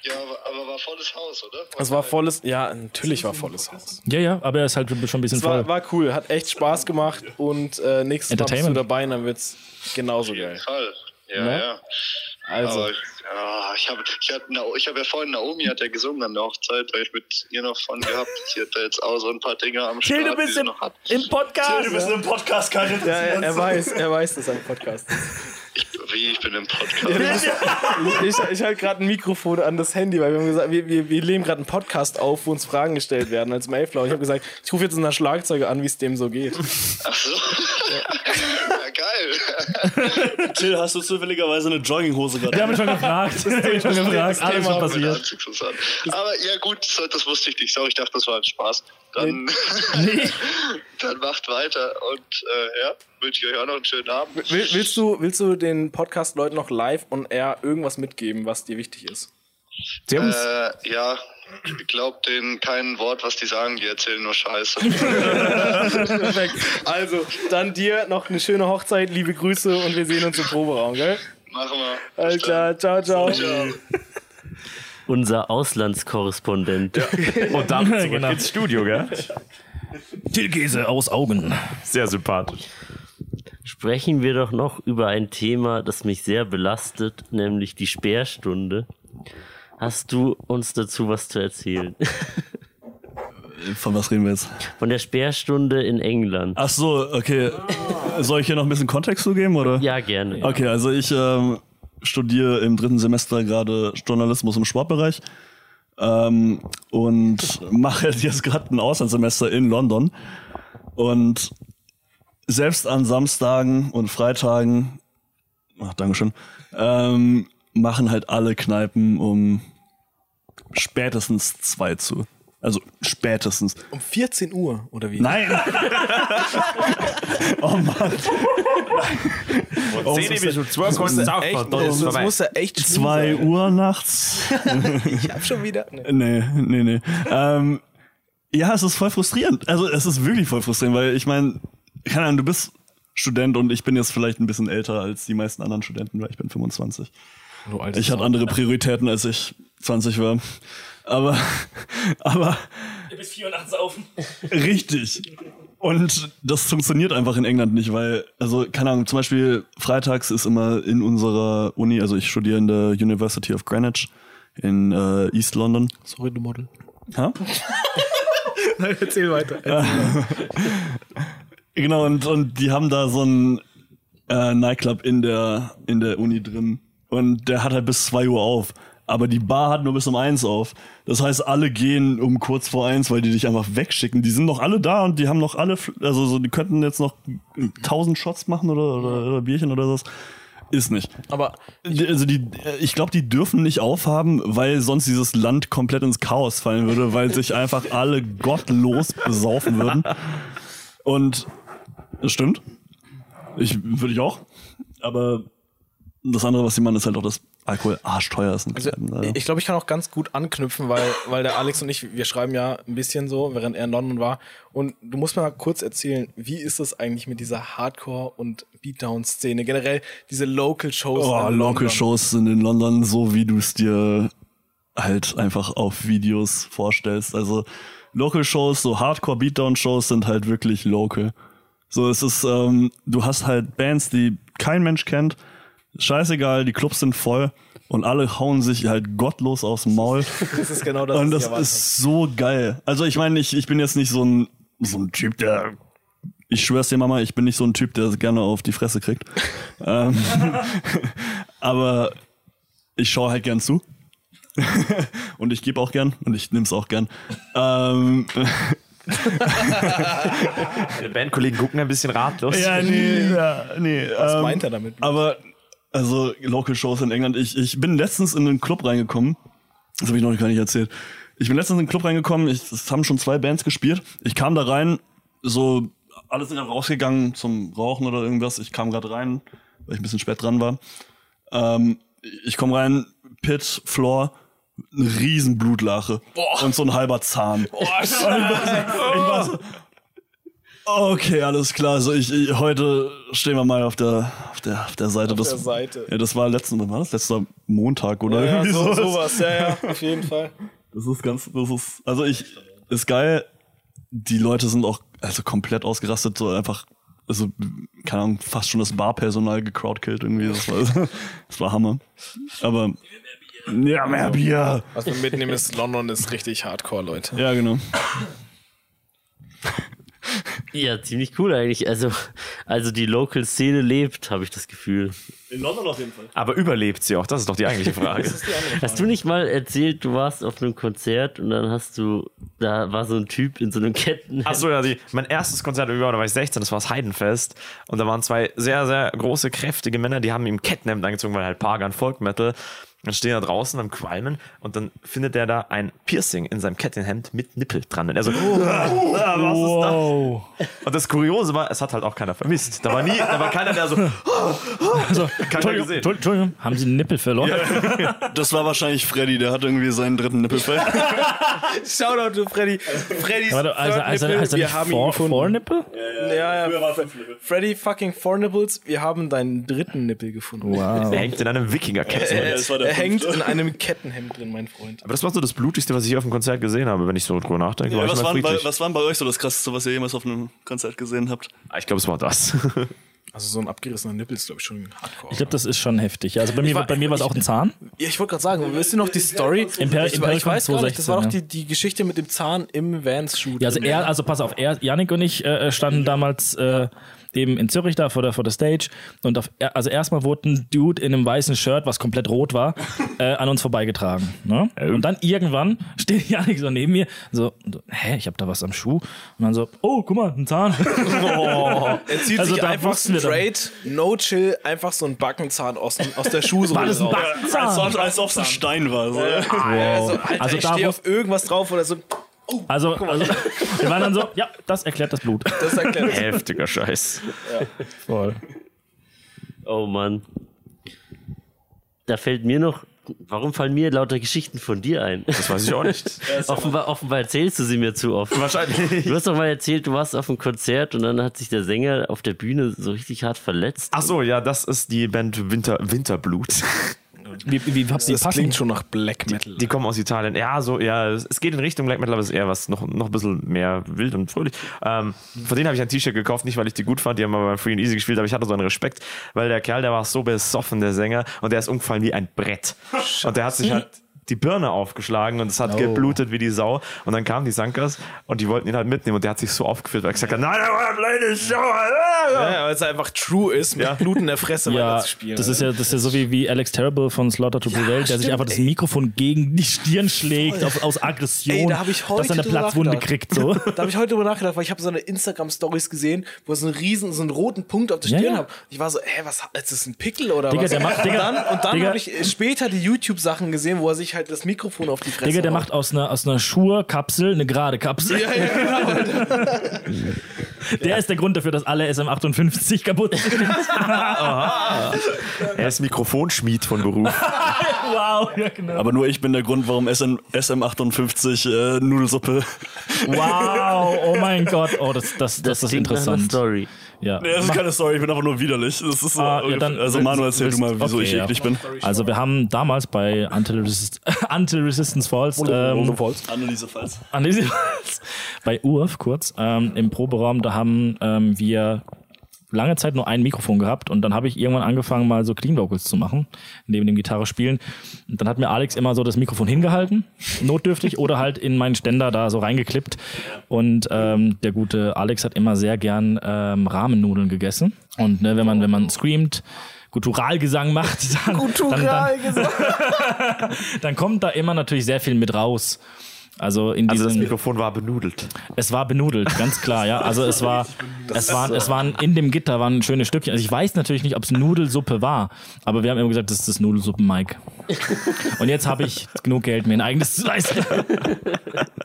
F: Ja, aber war volles Haus, oder?
E: Es war volles, ja, natürlich war volles Haus.
C: Ja, ja, aber er ist halt schon ein bisschen
E: Es war,
C: voll.
E: war cool, hat echt Spaß gemacht und äh, nächstes Mal bist du
C: Entertainment.
E: dabei und dann wird's genauso geil.
F: Fall. Ja,
E: Ne?
F: ja.
E: Also,
F: Aber ja, ich habe ich hab, Na- ich hab ja vorhin, Naomi hat ja gesungen an der Hochzeit, weil ich mit ihr noch von gehabt. Sie hat da jetzt auch so ein paar Dinge am Start, die sie noch hat.
C: im
D: Ah,
C: Podcast.
E: ja, er, er weiß, er weiß, dass er ein Podcast ist.
F: Ich, wie, ich bin im Podcast.
E: Ich, ich halte gerade ein Mikrofon an das Handy, weil wir haben gesagt, wir, wir, wir leben gerade einen Podcast auf, wo uns Fragen gestellt werden als Mayflower. Ich habe gesagt, ich rufe jetzt unseren Schlagzeuger an, wie es dem so geht.
F: Ach so. ja, geil.
E: halt-
D: Till, hast du zufälligerweise eine Jogginghose
C: Wir
D: gerade?
C: haben ihn schon <laughs> gefragt. Wir haben ihn schon
F: <laughs>
C: gefragt. Alles schon
F: Mit
C: passiert.
F: Anzugshose an. Aber ja, gut, so- das wusste ich nicht. Sorry, ich dachte, das war ein Spaß. Dann, <laughs> dann macht weiter und äh, ja, wünsche ich euch auch noch einen schönen Abend.
E: Will, willst, du, willst du den Podcast-Leuten noch live und air irgendwas mitgeben, was dir wichtig ist?
B: Servus.
F: Äh, ja, glaubt denen kein Wort, was die sagen. Die erzählen nur
E: <laughs>
F: Scheiße.
E: Perfekt. Also, dann dir noch eine schöne Hochzeit, liebe Grüße und wir sehen uns im Proberaum, gell?
F: Machen wir.
E: Alles klar, ciao, ciao.
F: Ciao.
A: Unser Auslandskorrespondent.
B: Und
E: <laughs>
B: damit zurück
C: Genau.
B: ins Studio, gell?
C: Till Gese aus Augen.
B: Sehr sympathisch.
A: <laughs> Sprechen wir doch noch über ein Thema, das mich sehr belastet, nämlich die Sperrstunde. Hast du uns dazu was zu erzählen?
D: Von was reden wir jetzt?
A: Von der Sperrstunde in
E: Ah.
A: England.
D: Ach so, okay. Soll ich hier noch ein bisschen Kontext zu geben, oder?
A: Ja, gerne.
D: Okay, also ich ähm, studiere im dritten Semester gerade Journalismus im Sportbereich ähm, und mache jetzt gerade ein Auslandssemester in London. Und selbst an Samstagen und Freitagen, ach, Dankeschön, ähm, machen halt alle Kneipen um spätestens zwei zu. Also spätestens.
E: Um 14 Uhr oder wie?
D: Nein! oh Mann.
E: Oh,
B: Zehn Minuten Twerk und Saufbad, dann ist
E: Sonst
B: vorbei.
E: muss er echt schwul
D: Zwei
E: sein.
D: Uhr nachts.
E: Ich hab schon wieder. Nee.
D: Nee, nee, nee. ähm, ja, es ist voll frustrierend. Also es ist wirklich voll frustrierend, weil ich meine, keine Ahnung, du bist Student und ich bin jetzt vielleicht ein bisschen älter als die meisten anderen Studenten, weil ich bin 25.
E: Du altes ne?
D: Ich hatte andere Prioritäten, als ich 20 war. Aber, <laughs> aber
C: Du bist 4 und 8 saufen.
D: Richtig. Und das funktioniert einfach in England nicht, weil, also, keine Ahnung, zum Beispiel freitags ist immer in unserer Uni, also ich studiere in der University of Greenwich in äh, East London.
E: Sorry, du Model.
D: Ha?
E: <laughs> Erzähl weiter.
D: Genau, und, und die haben da so einen äh, Nightclub in der, in der Uni drin. Und der hat halt bis 2 Uhr auf. Aber die Bar hat nur bis um 1 auf. Das heißt, alle gehen um kurz vor 1, weil die dich einfach wegschicken. Die sind noch alle da und die haben noch alle, Fl- also so, die könnten jetzt noch 1000 Shots machen oder, oder, oder Bierchen oder was. Ist nicht.
E: Aber
D: Die- Also die, ich glaube, die dürfen nicht aufhaben, weil sonst dieses Land komplett ins Chaos fallen würde, weil sich einfach alle gottlos besaufen würden. Und das stimmt. Ich würde ich auch. Aber das andere, was die machen, ist halt auch, dass Alkohol arschteuer ist. in
E: Also,
D: Kneipen, leider.
E: ich glaube, ich kann auch ganz gut anknüpfen, weil, weil der Alex und ich, wir schreiben ja ein bisschen so, während er in London war. Und du musst mir mal kurz erzählen, wie ist das eigentlich mit dieser Hardcore- und Beatdown-Szene? Generell diese Local-Shows. in
D: oh,
E: London.
D: Local Shows sind in London so, wie du es dir halt einfach auf Videos vorstellst. Also Local Shows, so Hardcore Beatdown Shows sind halt wirklich local. So, es ist, ähm, du hast halt Bands, die kein Mensch kennt. Scheißegal, die Clubs sind voll und alle hauen sich halt gottlos aufs Maul.
E: Das ist genau das.
D: und
E: was
D: das
E: ich erwartet
D: ist so geil. Also ich meine, ich, ich bin jetzt nicht so ein, so ein Typ, der... Ich schwör's dir, Mama, ich bin nicht so ein Typ, der gerne auf die Fresse
E: <laughs>
D: kriegt. ähm, aber ich schaue halt gern zu. <laughs> und ich gebe auch gern und ich nehme es auch gern. Ähm,
B: Die Bandkollegen gucken ein bisschen ratlos.
D: <laughs> ja, nee, ja, nee. Was ähm,
E: meint er damit?
D: Aber, also, Local Shows in England. Ich, ich bin letztens in einen Club reingekommen. Das habe ich noch gar nicht erzählt. Ich bin letztens in einen Club reingekommen. Ich, es haben schon zwei Bands gespielt. Ich kam da rein, so, alle sind dann rausgegangen zum Rauchen oder irgendwas. Ich kam gerade rein, weil ich ein bisschen spät dran war. Ähm, ich komme rein, Pit, Floor, eine riesen Blutlache und so ein halber Zahn. <laughs> Ich war so, okay, alles klar. Also ich, ich, heute stehen wir mal auf der, auf der, auf der Seite. Auf das,
E: der Seite.
D: Ja, das war letzten, wann war das? Letzter Montag oder
E: Ja,
D: irgendwie
E: so,
D: sowas.
E: sowas, ja, ja, auf jeden Fall.
D: Das ist ganz, das ist, also ich, ist geil. Die Leute sind auch, also komplett ausgerastet, so einfach, also, keine Ahnung, fast schon das Barpersonal gecrowdkillt irgendwie. Das war, <laughs> das war Hammer. Aber, ja, mehr Bier.
E: Was wir mitnehmen ist, London ist richtig hardcore, Leute.
D: Ja, genau.
A: Ja, ziemlich cool eigentlich. Also, also die Local-Szene lebt, habe ich das Gefühl.
D: In London auf jeden Fall.
B: Aber überlebt sie auch? Das ist doch die eigentliche
E: <laughs>
B: Frage.
A: Hast du nicht mal erzählt, du warst auf einem Konzert und dann hast du, da war so ein Typ in so einem Ketten.
B: Achso, ja, die, mein erstes Konzert überhaupt, da war ich 16, das war das Heidenfest. Und da waren zwei sehr, sehr große, kräftige Männer, die haben ihm Catnamp angezogen, weil halt Pagan Folk Metal. Dann stehen da draußen am Qualmen und dann findet der da ein Piercing in seinem Kettenhemd mit Nippel dran. Und er so, "Ah, <laughs> ah, was ist das? Und das Kuriose war, es hat halt auch keiner vermisst. Da war nie, da war keiner, der so,
C: Also,
B: keiner gesehen.
C: Entschuldigung, Entschuldigung, haben Sie einen Nippel verloren?
D: Das war wahrscheinlich Freddy, der hat irgendwie seinen dritten Nippelfell.
E: Shoutout zu Freddy. Freddy's
C: Warte, also,
E: Third
C: also,
E: Nipple,
C: also
E: wir
C: nicht
E: haben
C: Vor-
E: ihn gefunden.
C: Vornippel?
E: Ja, ja. Freddy fucking Four Nipples, wir haben deinen dritten Nippel gefunden.
B: Er hängt in einem Wikinger-Kettenhemd.
D: das war der
E: Er hängt
D: fünfte.
E: in einem Kettenhemd drin, mein Freund.
B: Aber das war so das Blutigste, was ich auf dem Konzert gesehen habe, wenn ich so drüber nachdenke. war ich
D: was,
B: mal
D: waren bei,
B: friedlich.
D: was waren bei euch so das Krasseste, was ihr jemals auf einem Konzert gesehen habt?
B: Ah, Ich glaube, es war das. <laughs>
E: Also so ein abgerissener Nippel ist, glaube ich, schon hardcore.
C: Ich glaube, das ist schon heftig. Also bei mir,
E: war-
C: bei mir war es auch ein Zahn.
E: Ja, ich wollte gerade sagen, wisst ihr noch die Story?
C: Imper-
E: ich, ich
C: Imperial
E: weiß gar nicht,
C: 2016,
E: das war doch
C: ja.
E: die, die Geschichte mit dem Zahn im Vans-Shoot.
C: Ja, also er, also pass auf, er, Janik und ich äh, äh, standen damals äh, eben in Zürich da vor der, vor der Stage und auf, er- also erstmal wurde ein Dude in einem weißen Shirt, was komplett rot
E: <laughs>
C: war, äh, an uns vorbeigetragen. Ne? Und dann irgendwann steht Janik so neben mir, so, so, hä, ich hab da was am Schuh. Und dann so, oh, guck mal, ein
E: <laughs>
C: Zahn.
E: er zieht
C: also
E: sich
C: da
E: einfach
C: wussten wir dann-
E: straight, no chill, einfach so einen Backenzahn aus, dem- aus der Schuhsohle
C: War das ein
E: raus.
D: Als,
C: Backenzahn?
D: ob- als ob es ein Stein war. So.
E: Also, Alter,
C: Also
E: ich
C: da
E: stehe
C: wus-
E: auf irgendwas drauf oder so.
C: Also, also wir waren dann so, ja, das erklärt das Blut.
E: Das erklärt
B: Heftiger Scheiß.
A: Oh Mann. Da fällt mir noch. Warum fallen mir lauter Geschichten von dir ein?
B: Das weiß ich auch nicht.
A: offenbar, offenbar erzählst du sie mir zu oft.
B: Wahrscheinlich.
A: Du hast doch mal erzählt, du warst auf einem Konzert und dann hat sich der Sänger auf der Bühne so richtig hart verletzt.
B: <laughs> Ach so, ja, das ist die Band Winter, <laughs> Winterblut.
C: Wie, wie habt ihr
E: Das
C: passen?
E: klingt schon nach Black Metal.
B: Die kommen aus Italien. Ja, so, ja, es es geht in Richtung Black Metal, aber es ist eher was noch, noch ein bisschen mehr wild und fröhlich. Ähm, von denen habe ich ein T-Shirt gekauft, nicht weil ich die gut fand, die haben aber bei Free and Easy gespielt, aber ich hatte so einen Respekt, weil der Kerl, der war so besoffen, der Sänger, und der ist umgefallen wie ein Brett. Und der hat sich halt die Birne aufgeschlagen und es hat geblutet wie die Sau. Und dann kamen die Sankas und die wollten ihn halt mitnehmen und der hat sich so aufgeführt, weil er gesagt hat, nein, er war eine blöde Sau.
E: Ja, weil es einfach true ist, mit
B: Ja.
E: Blut in der Fresse
C: Ja,
E: weiterzuspielen.
C: das ist ja, das ist ja so wie, wie Alex Terrible von Slaughter to Prevail, der sich einfach das Mikrofon gegen die Stirn schlägt, auf, aus Aggression,
E: Ey, da hab ich heute
C: dass er eine
E: drüber
C: Platzwunde
E: nachgedacht.
C: kriegt.
D: <laughs>
C: So.
E: Da habe ich heute drüber nachgedacht, weil ich habe so eine Instagram-Stories gesehen, wo er so einen riesen, so einen roten Punkt auf der
C: Ja,
E: Stirn
C: ja.
E: hat. Ich war so, hä, was, ist das ein Pickel oder
C: Digga,
E: was?
C: der macht- Digga,
E: und dann, und dann
C: Digga.
E: habe ich äh, später die YouTube-Sachen gesehen, wo er sich halt das Mikrofon auf die Fresse
C: Digga, der
E: haut.
C: macht aus einer, aus einer Schur-Kapsel eine gerade Kapsel.
E: <laughs> Ja, ja, genau.
C: <laughs> Der ist der Grund dafür, dass alle SM58 kaputt sind.
D: <laughs>
B: Er ist Mikrofonschmied von Beruf.
C: wow, ja genau.
D: Aber nur ich bin der Grund, warum SM, SM58 äh, Nudelsuppe.
C: Wow, oh
D: <laughs>
C: mein Gott. Oh, das, das, das, ist
A: klingt nach einer
C: interessant.
A: Story.
C: Ja.
D: Nee, das ist keine Story, ich bin einfach nur widerlich. Das ist so,
C: Ah, ja, dann-
D: also Manuel, erzähl
C: willst-
D: du mal, wieso
C: okay,
D: ich
C: ja.
D: eklig bin.
C: Also wir haben damals bei Until, Resist Until Resistance Falls ähm,
D: Anneliese Falls.
C: an diesem- bei Urf kurz ähm, im Proberaum, da haben ähm, wir lange Zeit nur ein Mikrofon gehabt und dann habe ich irgendwann angefangen mal so Clean Vocals zu machen, neben dem Gitarre spielen und dann hat mir Alex immer so das Mikrofon hingehalten, notdürftig oder halt in meinen Ständer da so reingeklippt und ähm, der gute Alex hat immer sehr gern ähm, Rahmennudeln gegessen und ne, wenn man wenn man screamt, Gutturalgesang macht, <laughs> dann, dann, dann, dann kommt da immer natürlich sehr viel mit raus. Also in
B: Also
C: diesem
B: das Mikrofon war benudelt.
C: es war benudelt, ganz klar, ja. Also es
D: <laughs>
C: war, es waren, es waren in dem Gitter waren schöne Stückchen. Also ich weiß natürlich nicht, ob es Nudelsuppe war, aber wir haben immer gesagt, das ist das
D: <laughs>
C: Nudelsuppen-Mike. Und jetzt habe ich genug Geld, mir ein eigenes zu leisten.
D: <laughs>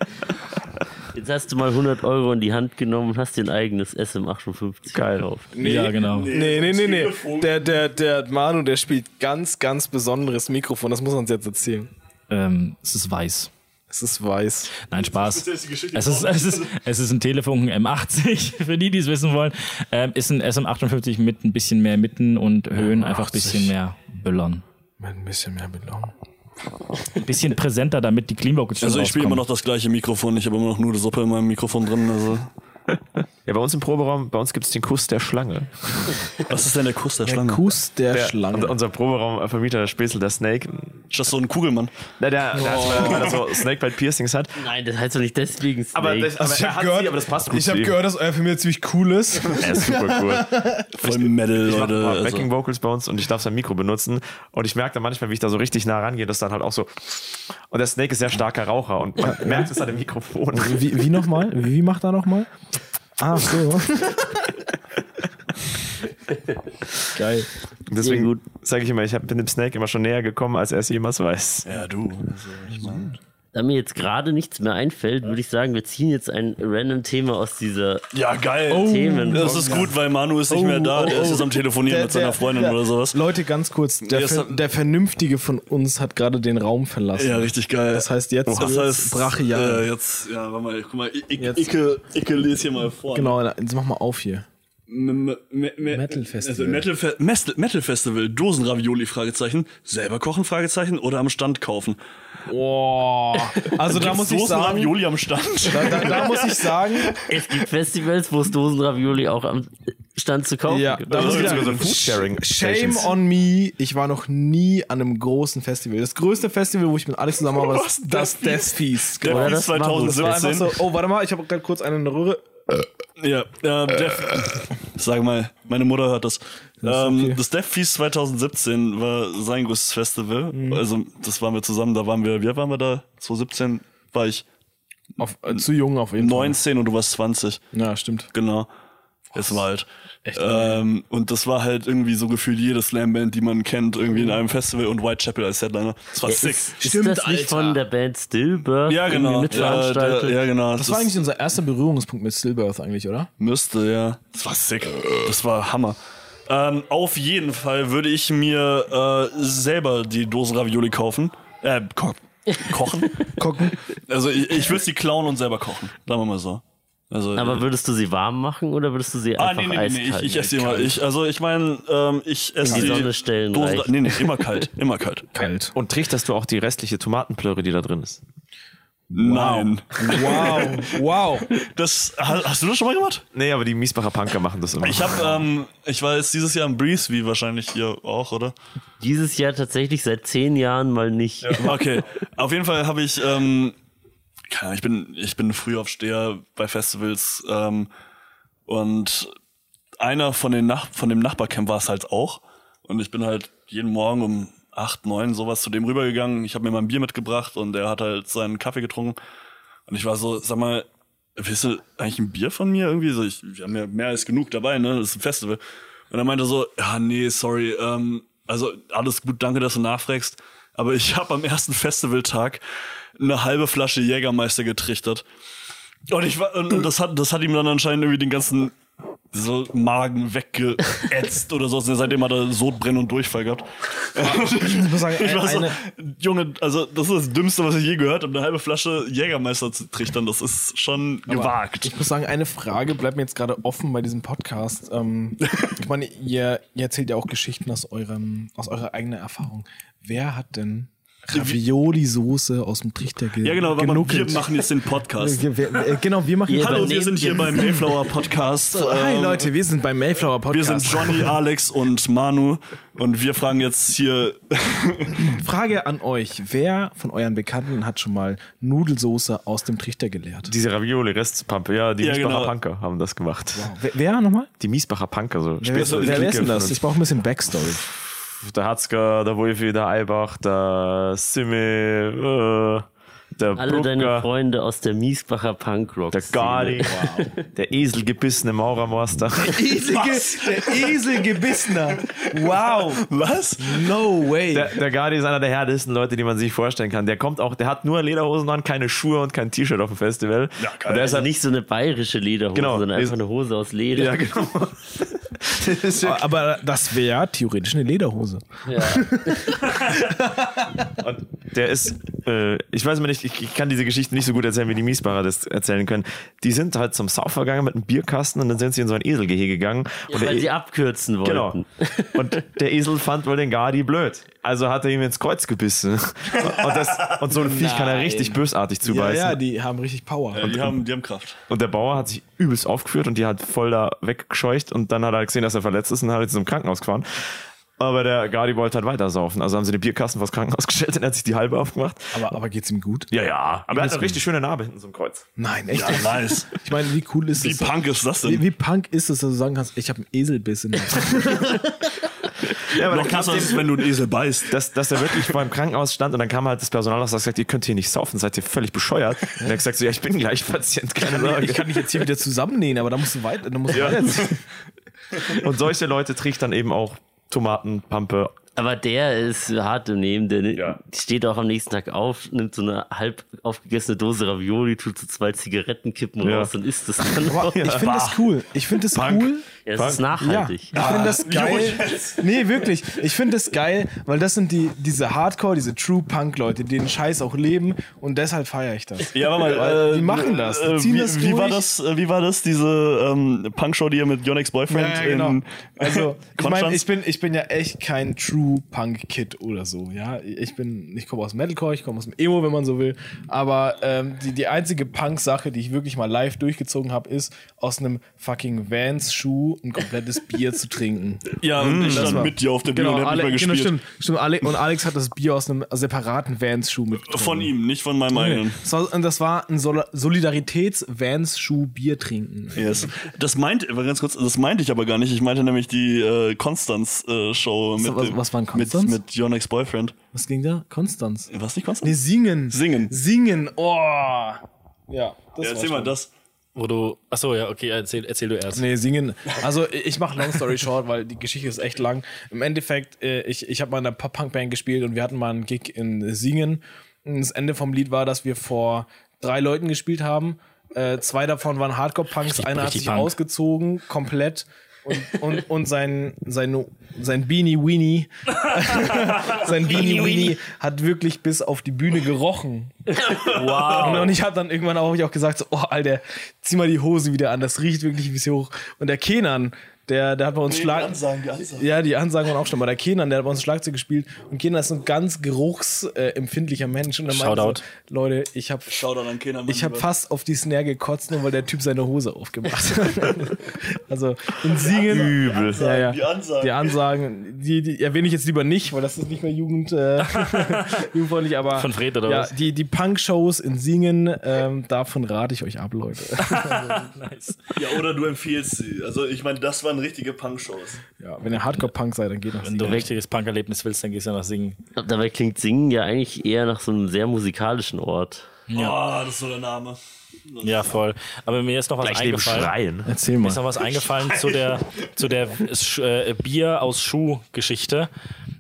A: Jetzt hast du mal 100 Euro in die Hand genommen und hast dir ein eigenes SM58
B: Geil.
A: gekauft.
C: ja, genau.
E: Nee, nee, nee, nee. Der, der, der Manu, der spielt ganz, ganz besonderes Mikrofon. Das muss er uns jetzt erzählen.
C: Ähm, es ist weiß.
E: Es ist weiß.
C: Nein, Spaß. Es ist, es,
D: <laughs>
C: ist, es ist ein Telefunken M80, <laughs> für die, die es wissen wollen. Ähm, ist ein SM58 mit ein bisschen mehr Mitten und Höhen, einfach ein bisschen mehr Böllern.
E: Ein bisschen mehr Belohnung.
C: Ein bisschen präsenter, damit die Clean Vocals
D: Also ich spiele immer
C: rauskommen.
D: noch das gleiche Mikrofon, ich habe immer noch Nudelsuppe in meinem Mikrofon drin. Also.
B: Ja, bei uns im Proberaum, bei uns gibt es den Kuss der Schlange.
D: Was ist denn der Kuss der Schlange?
E: Kuss der,
B: Der,
E: Schlange.
B: Unser, unser Proberaumvermieter, der Späßel, der Snake.
D: Ist das so ein Kugelmann?
B: Na, der, der hat so, weil er so Snakebite-Piercings hat.
A: Nein, das heißt doch nicht deswegen Snake.
B: Aber, das, aber
G: Also ich
B: er
G: habe
B: hat
G: gehört,
B: sie, aber das passt gut
G: ich
B: zu
G: habe
B: ihm.
G: gehört, dass euer Film ziemlich cool ist.
B: Er ist super
G: <laughs>
B: cool.
D: Voll Metal,
B: Ich mache
D: Leute.
B: ein paar
D: Also.
B: Backing Vocals bei uns und ich darf sein Mikro benutzen. Und ich merke dann manchmal, wie ich da so richtig nah rangehe, dass dann halt auch so. Und der Snake ist sehr starker Raucher und man merkt es an dem Mikrofon.
G: Also Wie, wie nochmal? Wie macht er nochmal? Ah, so. Geil.
B: <laughs> Deswegen sage ich immer, ich hab- bin dem Snake immer schon näher gekommen, als er es jemals weiß.
D: Ja, du.
A: da mir jetzt gerade nichts mehr einfällt, würde ich sagen, wir ziehen jetzt ein random Thema aus dieser
D: Ja, geil.
C: Oh.
A: Themen.
D: Das ist gut, weil Manu ist nicht mehr da. Der ist jetzt am Telefonieren mit seiner Freundin
E: der-
D: oder sowas.
E: Leute, ganz kurz. Der,
D: Ja, es
E: Ver-
D: hat-
E: der Vernünftige von uns hat gerade den Raum verlassen.
D: Ja, richtig geil.
E: ne? Das heißt, jetzt
D: das
E: wird's
D: heißt,
E: brachial.
D: Äh, jetzt, ja, warte mal, guck mal, ich, ich,
E: Jetzt-
D: Icke, Icke lese hier mal vor.
E: Genau, jetzt mach mal auf hier. Metal
D: Metal
E: Festival.
D: also Metal, Fe Mes- Metal Festival, Dosenravioli, Fragezeichen. Selber kochen, Fragezeichen. Oder am Stand kaufen.
E: Boah. Also da muss ich sagen,
D: Dosenravioli am Stand.
B: <laughs>
E: da, da, da muss ich sagen,
A: Es gibt Festivals, wo es Dosenravioli auch am stand zu kaufen.
E: Ja, da muss ich
B: sogar
E: wieder-
B: so Foodsharing
E: Shame on me, ich war noch nie an einem großen Festival. Das größte Festival, wo ich mit Alex zusammen war, war das, das Death Feast.
D: Der
A: Oder das
D: Peace
A: machen wir.
E: Das war einfach
D: 2017.
E: so, oh, warte mal, ich habe gerade kurz eine in der Röhre.
D: Ja, ähm, Def, sag mal, meine Mutter hört das. ähm, Das Death Feast 2017 war sein größtes Festival.
E: Mhm.
D: Also, das waren wir zusammen, da waren wir, wie alt waren wir da? 2017 war ich
E: Auf, äh, zu jung auf jeden Fall.
D: 19 und du warst 20.
E: Ja, stimmt.
D: Genau. Es war halt. Ähm, und das war halt irgendwie so gefühlt jede Slam-Band, die man kennt, irgendwie in einem Festival und Whitechapel als Headliner. Das war sick.
A: Ist das nicht von der Band Stillbirth
D: ja, genau.
A: irgendwie
D: Ja,
A: mitveranstaltet?
D: der, ja, genau.
E: Das war eigentlich unser erster Berührungspunkt mit Stillbirth eigentlich, oder?
D: Müsste, ja. Das war sick. Das war Hammer. Ähm, auf jeden Fall würde ich mir äh, selber die Dosen Ravioli kaufen. Äh, ko
E: <laughs>
D: kochen.
E: Gucken.
D: Also ich, ich würde sie klauen und selber kochen. Sagen wir mal so. Also,
A: Aber würdest du sie warm machen oder würdest du sie
D: Ah,
A: einfach
D: nee, nee, nee, nee, ich,
A: eiskalt
D: ich esse
A: machen?
D: immer. Ich, also ich meine, ähm, ich esse
A: die Sonne stellen
D: Dosen-
A: reicht.
D: Nee, nee,
A: <laughs>
D: immer kalt. Immer kalt.
E: Kalt.
B: Und trichterst du auch die restliche Tomatenplöre, die da drin ist?
D: Nein.
E: <laughs> Wow, wow.
D: Das, hast, hast du das schon mal gemacht?
B: Nee, aber die Miesbacher Punker machen das immer.
D: Ich habe, ähm, ich war jetzt dieses Jahr im Breeze, wie wahrscheinlich ihr auch, oder?
A: Dieses Jahr tatsächlich seit zehn Jahren mal nicht.
D: Okay. Auf jeden Fall habe ich, ähm, keine Ahnung, ich bin, ich bin Frühaufsteher bei Festivals ähm, und einer von, den Nach von dem Nachbarcamp war es halt auch. Und ich bin halt jeden Morgen um 8, 9 sowas zu dem rübergegangen. Ich habe mir mein Bier mitgebracht und er hat halt seinen Kaffee getrunken. Und ich war so, sag mal, willst du eigentlich ein Bier von mir irgendwie? So, ich, wir haben ja mehr als genug dabei, ne? Das ist ein Festival. Und er meinte so, ja, nee, sorry, ähm, also alles gut, danke, dass du nachfragst. Aber ich habe am ersten Festivaltag eine halbe Flasche Jägermeister getrichtert. Und ich war, und und das hat, das hat ihm dann anscheinend irgendwie den ganzen so Magen weggeätzt oder so. Und seitdem hat er Sodbrennen und Durchfall gehabt.
E: Ich muss sagen,
D: <laughs> Ich war so,
E: eine,
D: Junge, also das ist das Dümmste, was ich je gehört habe. Eine halbe Flasche Jägermeister zu trichtern, das ist schon gewagt.
E: ich muss sagen, eine Frage bleibt mir jetzt gerade offen bei diesem Podcast. Ähm, ich meine, ihr, ihr erzählt ja auch Geschichten aus, eurem, aus eurer eigenen Erfahrung. Wer hat denn Ravioli-Soße aus dem Trichter ge
D: Ja genau, aber wir
E: genuckelt?
D: machen jetzt den
E: <laughs>
D: Podcast.
E: Ge- wer- äh, Genau, wir machen jetzt...
D: Hallo, wir
A: übernehmen
D: sind hier
A: jetzt-
D: beim Mayflower
E: <laughs>
D: Podcast.
E: Hi
D: Ähm,
E: Leute, wir sind beim Mayflower
D: Wir
E: Podcast.
D: sind
E: <laughs>
D: Johnny, Alex und Manu und wir fragen jetzt hier
E: Frage an euch. Wer von euren Bekannten hat schon mal Nudelsoße aus dem Trichter geleert?
B: Diese Ravioli-Restpampe, ja, die
D: Ja,
B: Miesbacher
D: genau.
B: Punker haben das gemacht.
E: Wer, wer nochmal?
B: Die Miesbacher Punker, so.
E: Wer,
D: du die
E: wer ist denn
B: Klinke
E: das?
B: öffnen?
E: Ich brauche ein bisschen Backstory.
B: Der Hatzger, der Wolfi, der Eibach, der Simme, äh, der
A: Alle deine
B: Brucker,
A: Freunde aus der Miesbacher Punkrock.
B: der Gali, <laughs> der eselgebissene Maurermeister. <laughs>
E: der Eselgebissener. Wow.
D: was?
E: No way.
B: Der, der Gardi ist einer der härtesten Leute, die man sich vorstellen kann. Der kommt auch, der hat nur Lederhosen an, keine Schuhe und kein T-Shirt auf dem Festival.
D: Ja, geil.
B: Und der ist
A: Also
B: halt
A: nicht so eine bayerische Lederhose,
B: Genau.
A: sondern einfach eine Hose aus Leder.
B: Ja, genau. Das ist ja-
E: aber das wäre theoretisch eine Lederhose.
B: Und der ist, äh, ich weiß mal nicht, ich, ich kann diese Geschichte nicht so gut erzählen, wie die Miesbacher das erzählen können. Die sind halt zum Saufer gegangen mit einem Bierkasten und dann sind sie in so ein Eselgehege gegangen. und der
A: Weil
B: E-
A: sie abkürzen wollten.
B: Genau. <laughs> Und der Esel fand wohl den Gardi blöd. Also hat er ihm ins Kreuz gebissen. Und, das, und so ein Viech kann er richtig bösartig
E: Ja,
B: zubeißen.
E: ja, die haben richtig Power.
D: Die haben, die haben Kraft.
B: Und der Bauer hat sich übelst aufgeführt und die hat voll da weggescheucht und dann hat er gesehen, dass er verletzt ist und hat ihn zum Krankenhaus gefahren. Aber der Gardi wollte halt weiter saufen. Also haben sie den Bierkasten vors Krankenhaus <laughs> gestellt und er hat sich die halbe aufgemacht.
E: Aber, aber geht's ihm gut?
B: Ja, ja. Aber er hat eine richtig schöne Narbe hinten zum Kreuz.
E: Nein, echt.
D: Ja, nice.
E: Ich meine, wie cool ist
D: Wie
E: das?
D: punk ist das
E: Wie,
D: denn?
E: wie punk ist es, dass du sagen kannst, ich habe einen Eselbiss in der
B: Ja, aber
D: Noch krasser ist, es, wenn du einen Esel beißt.
B: dass, dass er wirklich vor einem Krankenhaus stand und dann kam halt das Personal und hat gesagt, ihr könnt hier nicht saufen, seid ihr völlig bescheuert. Und er hat gesagt, so, ja, ich bin gleich Patient, keine
E: Ich
B: Sorge.
E: kann dich jetzt hier wieder zusammennähen, aber da musst du weiter. Da musst du weiter
B: Und solche Leute trichtern eben auch Tomaten, Pampe.
A: <laughs> Aber der ist hart im Nehmen, der steht auch am nächsten Tag auf, nimmt so eine halb aufgegessene Dose Ravioli, tut so zwei Zigarettenkippen
B: Ja.
A: raus und isst es dann.
E: Aber ich finde das cool. Ich finde das cool.
A: Ja, es ist
D: Halt
A: nachhaltig.
E: Ja, ich
D: Ah,
E: finde das geil. Nee, wirklich. Ich finde das geil, weil das sind die, diese Hardcore, diese True Punk-Leute, die den Scheiß auch leben und deshalb feiere ich das.
D: Ja, warte mal.
E: Weil die machen das, die
D: äh,
E: ziehen
D: wie,
E: das
D: wie, war
E: durch.
D: das äh, wie war das, diese ähm, Punk-Show, die ihr mit Yonex Boyfriend
E: Ja, ja, genau.
D: in
E: Also, ich meine,
D: Konstanz-
E: ich bin, ich bin ja echt kein True Punk-Kid oder so, ja. Ich bin, ich komme aus Metalcore, ich komme aus dem Emo, wenn man so will. Aber ähm, die, die einzige Punk-Sache, die ich wirklich mal live durchgezogen habe, ist aus einem fucking Vans-Schuh dazu, ein komplettes Bier
D: <laughs>
E: zu trinken.
D: Ja, und ich stand mit dir auf der Bühne und hab
E: Ale-
D: nicht mehr
E: Hm, genau,
D: gespielt.
E: stimmt, stimmt Ale und Alex hat das Bier aus einem separaten Vans-Schuh mitgenommen.
D: Von ihm, nicht von meinem eigenen.
E: Das war, und das war ein Sol Solidaritäts-Vans-Schuh-Bier trinken.
D: Yes. Das meinte, aber ganz kurz, das meinte ich aber gar nicht. Ich meinte nämlich die äh, Konstanz-Show mit,
E: was-
D: dem-
E: was war in
D: mit,
E: Konstanz?
D: mit Your Next Boyfriend.
E: Was ging da? Konstanz.
D: Was nicht Konstanz?
E: Nee, singen.
D: Singen.
E: Singen. Oh. Ja, das
D: Ja,
E: war
D: Erzähl mal
E: schon.
D: das.
C: Wo du. Achso, ja, okay, erzähl, erzähl du erst.
E: Nee, singen. Also ich mache Long Story Short, weil die Geschichte ist echt lang. Im Endeffekt, äh, ich, ich habe mal in einer Pop-Punk-Band gespielt und wir hatten mal einen Gig in Singen. Und das Ende vom Lied war, dass wir vor drei Leuten gespielt haben. Äh, zwei davon waren Hardcore-Punks, einer hat
C: richtig
E: sich
C: Punk.
E: ausgezogen, komplett. Und, und, und sein, sein, sein Beanie Weenie, sein Beanie Weenie hat wirklich bis auf die Bühne gerochen. Und, und ich habe dann irgendwann auch, hab ich auch gesagt, so, oh, Alter, zieh mal die Hose wieder an, das riecht wirklich wie sie hoch. Und der Kenan, der, der hat bei uns Schlag.
D: Ansagen, die Ansagen.
E: Ja, die Ansagen waren auch schon mal. Der Kenan, der hat bei uns Schlagzeug gespielt. Und Kenan ist ein ganz geruchsempfindlicher Mensch. Und er meinte
C: Shoutout.
E: so, Leute, ich habe
D: Shoutout an Kenan.
E: ich habe fast auf die Snare gekotzt, nur weil der Typ seine Hose aufgemacht hat. <laughs> also in Singen.
B: Übel.
E: Ja, ja.
D: Die Ansagen.
E: Die Ansagen, die, die erwähne ich jetzt lieber nicht, weil das ist nicht mehr
D: <laughs>
E: Jugend, äh, jugendfreundlich, aber.
C: Von Fred oder
E: ja,
C: was?
E: Die, die Punk-Shows in Singen, ähm, davon rate ich euch ab, Leute.
D: Ja, oder du empfiehlst sie. Also, ich meine, das waren richtige Punk-Shows.
E: ja, wenn ihr Hardcore-Punk seid, dann geht nach
C: Wenn du
E: Singen.
C: ein richtiges Punk-Erlebnis willst, dann gehst du nach Singen.
A: Dabei klingt Singen ja eigentlich eher nach so einem sehr musikalischen Ort.
D: Ja. Oh, das ist so der Name.
C: Ja, voll. Aber mir ist noch was
B: Gleich neben
C: eingefallen.
B: Schreien.
E: Erzähl
C: Mir
E: mal.
C: ist noch was eingefallen zu der, zu der Sch- äh, Bier aus Schuh-Geschichte.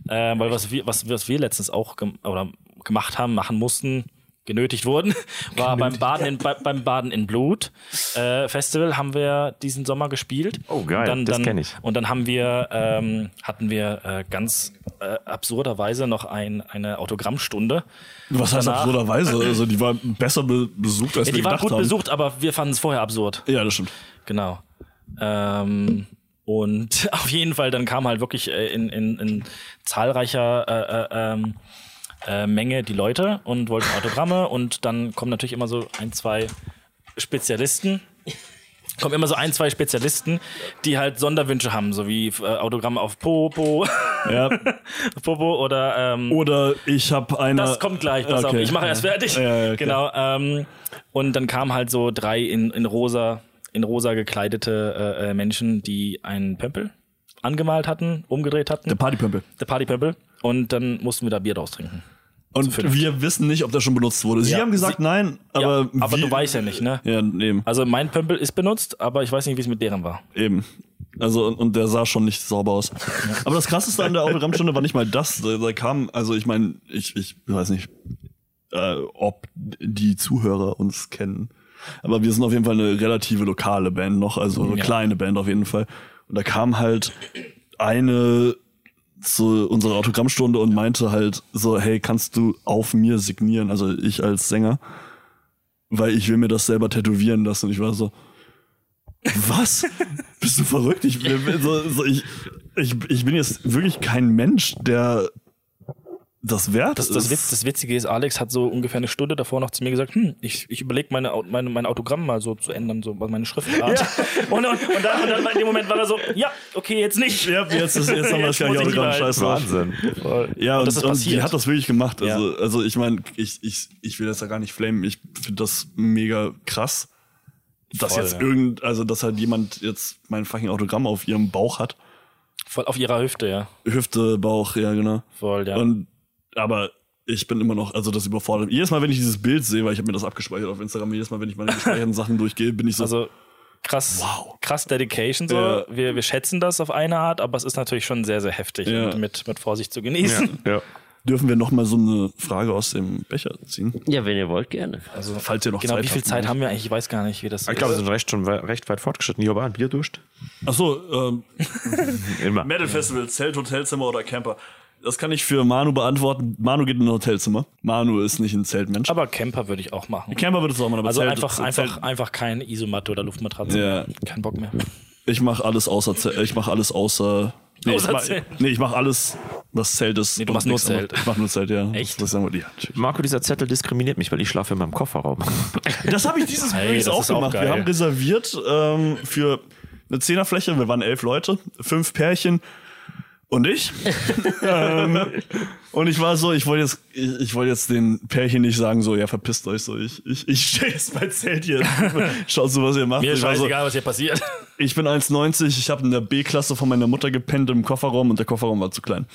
C: Äh, weil was wir, was, was wir letztens auch gem oder gemacht haben, machen mussten, genötigt wurden, <laughs> war beim Baden, in, bei, beim Baden in Blut äh, Festival haben wir diesen Sommer gespielt.
B: Oh, geil.
C: Und dann,
B: Das
C: dann-
B: kenn ich.
C: Und dann haben wir, ähm, hatten wir äh, ganz äh, absurderweise noch ein, eine Autogrammstunde.
D: Was heißt
C: Danach-
D: absurderweise? Also, die war besser be besucht, als
C: Ja, die war gut besucht, aber wir fanden es vorher absurd.
D: Ja, das stimmt.
C: Genau. Ähm, und <laughs> auf jeden Fall, dann kam halt wirklich äh, in, in, in zahlreicher äh, äh, ähm, äh, Menge die Leute und wollten Autogramme und dann kommen natürlich immer so ein, zwei Spezialisten. Kommen immer so ein, zwei Spezialisten, die halt Sonderwünsche haben, so wie äh, Autogramme auf Popo,
D: Ja.
C: <laughs> Popo oder ähm,
D: Oder ich habe eine.
C: das kommt gleich, pass auf,
D: Okay.
C: ich mache erst fertig.
D: Ja, ja, okay.
C: Genau. Ähm, und dann kamen halt so drei in, in rosa, in rosa gekleidete äh, äh, Menschen, die einen Pömpel angemalt hatten, umgedreht hatten.
D: Der Partypömpel.
C: Der Partypömpel. Und dann mussten wir da Bier draus trinken.
D: Und wir wissen nicht, ob der schon benutzt wurde. Sie
C: Ja.
D: haben gesagt,
C: Sie-
D: nein, aber.
C: ja, aber
D: wir-
C: du weißt ja nicht, ne?
D: Ja, eben.
C: Also mein Pömpel ist benutzt, aber ich weiß nicht, wie es mit deren war.
D: Eben. Also, und, und der sah schon nicht sauber aus. Aber das Krasseste an der Autogrammstunde war nicht mal das. Da, da kam, also ich meine, ich, ich weiß nicht, äh, ob die Zuhörer uns kennen. Aber wir sind auf jeden Fall eine relative lokale Band noch, also eine
C: Ja.
D: kleine Band auf jeden Fall. Und da kam halt eine zu unserer Autogrammstunde und meinte halt so, hey, kannst du auf mir signieren? Also ich als Sänger, weil ich will mir das selber tätowieren lassen. Und ich war so,
C: <laughs>
D: was? Bist du verrückt? Ich, so, so, ich, ich, ich bin jetzt wirklich kein Mensch, der das wert
C: Das,
D: ist.
C: das, Witz, das Witzige ist, Alex hat so ungefähr eine Stunde davor noch zu mir gesagt, hm, ich, ich überlege meine, Au- meine, mein Autogramm mal so zu ändern, so meine Schriftart. <laughs> Und, und, und, dann, und dann in dem Moment war er so, ja, okay, jetzt nicht.
D: ja, jetzt, ist,
C: <laughs>
D: jetzt haben wir das
C: Jetzt
D: gleiche
C: muss ich
D: Autogramm.
C: überall-
D: Scheiß drauf.
B: Wahnsinn.
D: Ja, und,
C: das ist
D: und die
C: passiert.
D: hat das wirklich gemacht. Also, also ich meine, ich, ich, ich will das ja gar nicht flamen. Ich finde das mega krass, dass
C: Voll,
D: jetzt
C: ja.
D: irgend, also dass halt jemand jetzt mein fucking Autogramm auf ihrem Bauch hat.
C: Voll auf ihrer Hüfte, ja.
D: Hüfte, Bauch, ja, genau.
C: Voll, ja.
D: Und aber ich bin immer noch, also das überfordert. mich. Jedes Mal, wenn ich dieses Bild sehe, weil ich habe mir das abgespeichert auf Instagram, jedes Mal, wenn ich meine gespeicherten <laughs> Sachen durchgehe, bin ich so.
C: also krass,
D: Wow.
C: krass Dedication so.
D: Ja.
C: Wir, wir schätzen das auf eine Art, aber es ist natürlich schon sehr, sehr heftig
D: Ja.
C: und mit, mit Vorsicht zu genießen.
B: Ja.
D: dürfen wir noch mal so eine Frage aus dem Becher ziehen?
A: Ja, wenn ihr wollt, gerne.
D: Also falls ihr noch
C: Genau,
D: Zeit
C: wie viel
D: habt. ne?
C: Zeit haben wir eigentlich? Ich weiß gar nicht, wie das
B: Ich glaube, wir sind recht, schon we- recht weit fortgeschritten. Hier war ein Bierdurst.
D: Ach so, ähm,
B: Immer.
D: Metal Festival, Zelt, Hotelzimmer oder Camper? Das kann ich für Manu beantworten. Manu geht in ein Hotelzimmer. Manu ist nicht ein Zeltmensch.
C: Aber Camper würde ich auch machen.
D: Camper würde es auch machen, aber
C: Also
D: Zelt,
C: einfach,
D: Zelt,
C: einfach, einfach kein Isomatte oder Luftmatratze.
D: Ja.
C: Kein Bock <laughs> mehr.
D: Ich mache alles außer Zelt. Ich mache alles außer. Nee,
C: Außer
D: ich mach,
C: Zelt.
D: nee, ich mache alles, was Zelt ist.
C: Nee, du
D: und
C: machst nur
D: nichts anderes.
C: Zelt.
D: Ich mache nur Zelt, ja.
C: Echt?
D: Das, das, sagen wir, ja, natürlich.
B: Marco, dieser Zettel diskriminiert mich, weil ich schlafe in meinem Kofferraum.
D: das habe ich dieses
C: Hey,
D: übrigens
C: das
D: auch
C: ist auch
D: gemacht.
C: geil.
D: Wir haben reserviert ähm, für. eine Zehnerfläche, wir waren elf Leute, fünf Pärchen
C: <laughs>
D: und ich. ähm, und ich war so, ich wollte jetzt, ich, ich wollte jetzt den Pärchen nicht sagen, so, ja, verpisst euch so, ich, ich, ich stelle jetzt mein
C: <laughs>
D: Zelt hier. Schaut so, was ihr macht.
C: Mir ist
D: ich war so,
C: scheißegal, was hier passiert. <laughs>
D: ich bin 1,90, ich habe in der B-Klasse von meiner Mutter gepennt im Kofferraum und der Kofferraum war zu klein.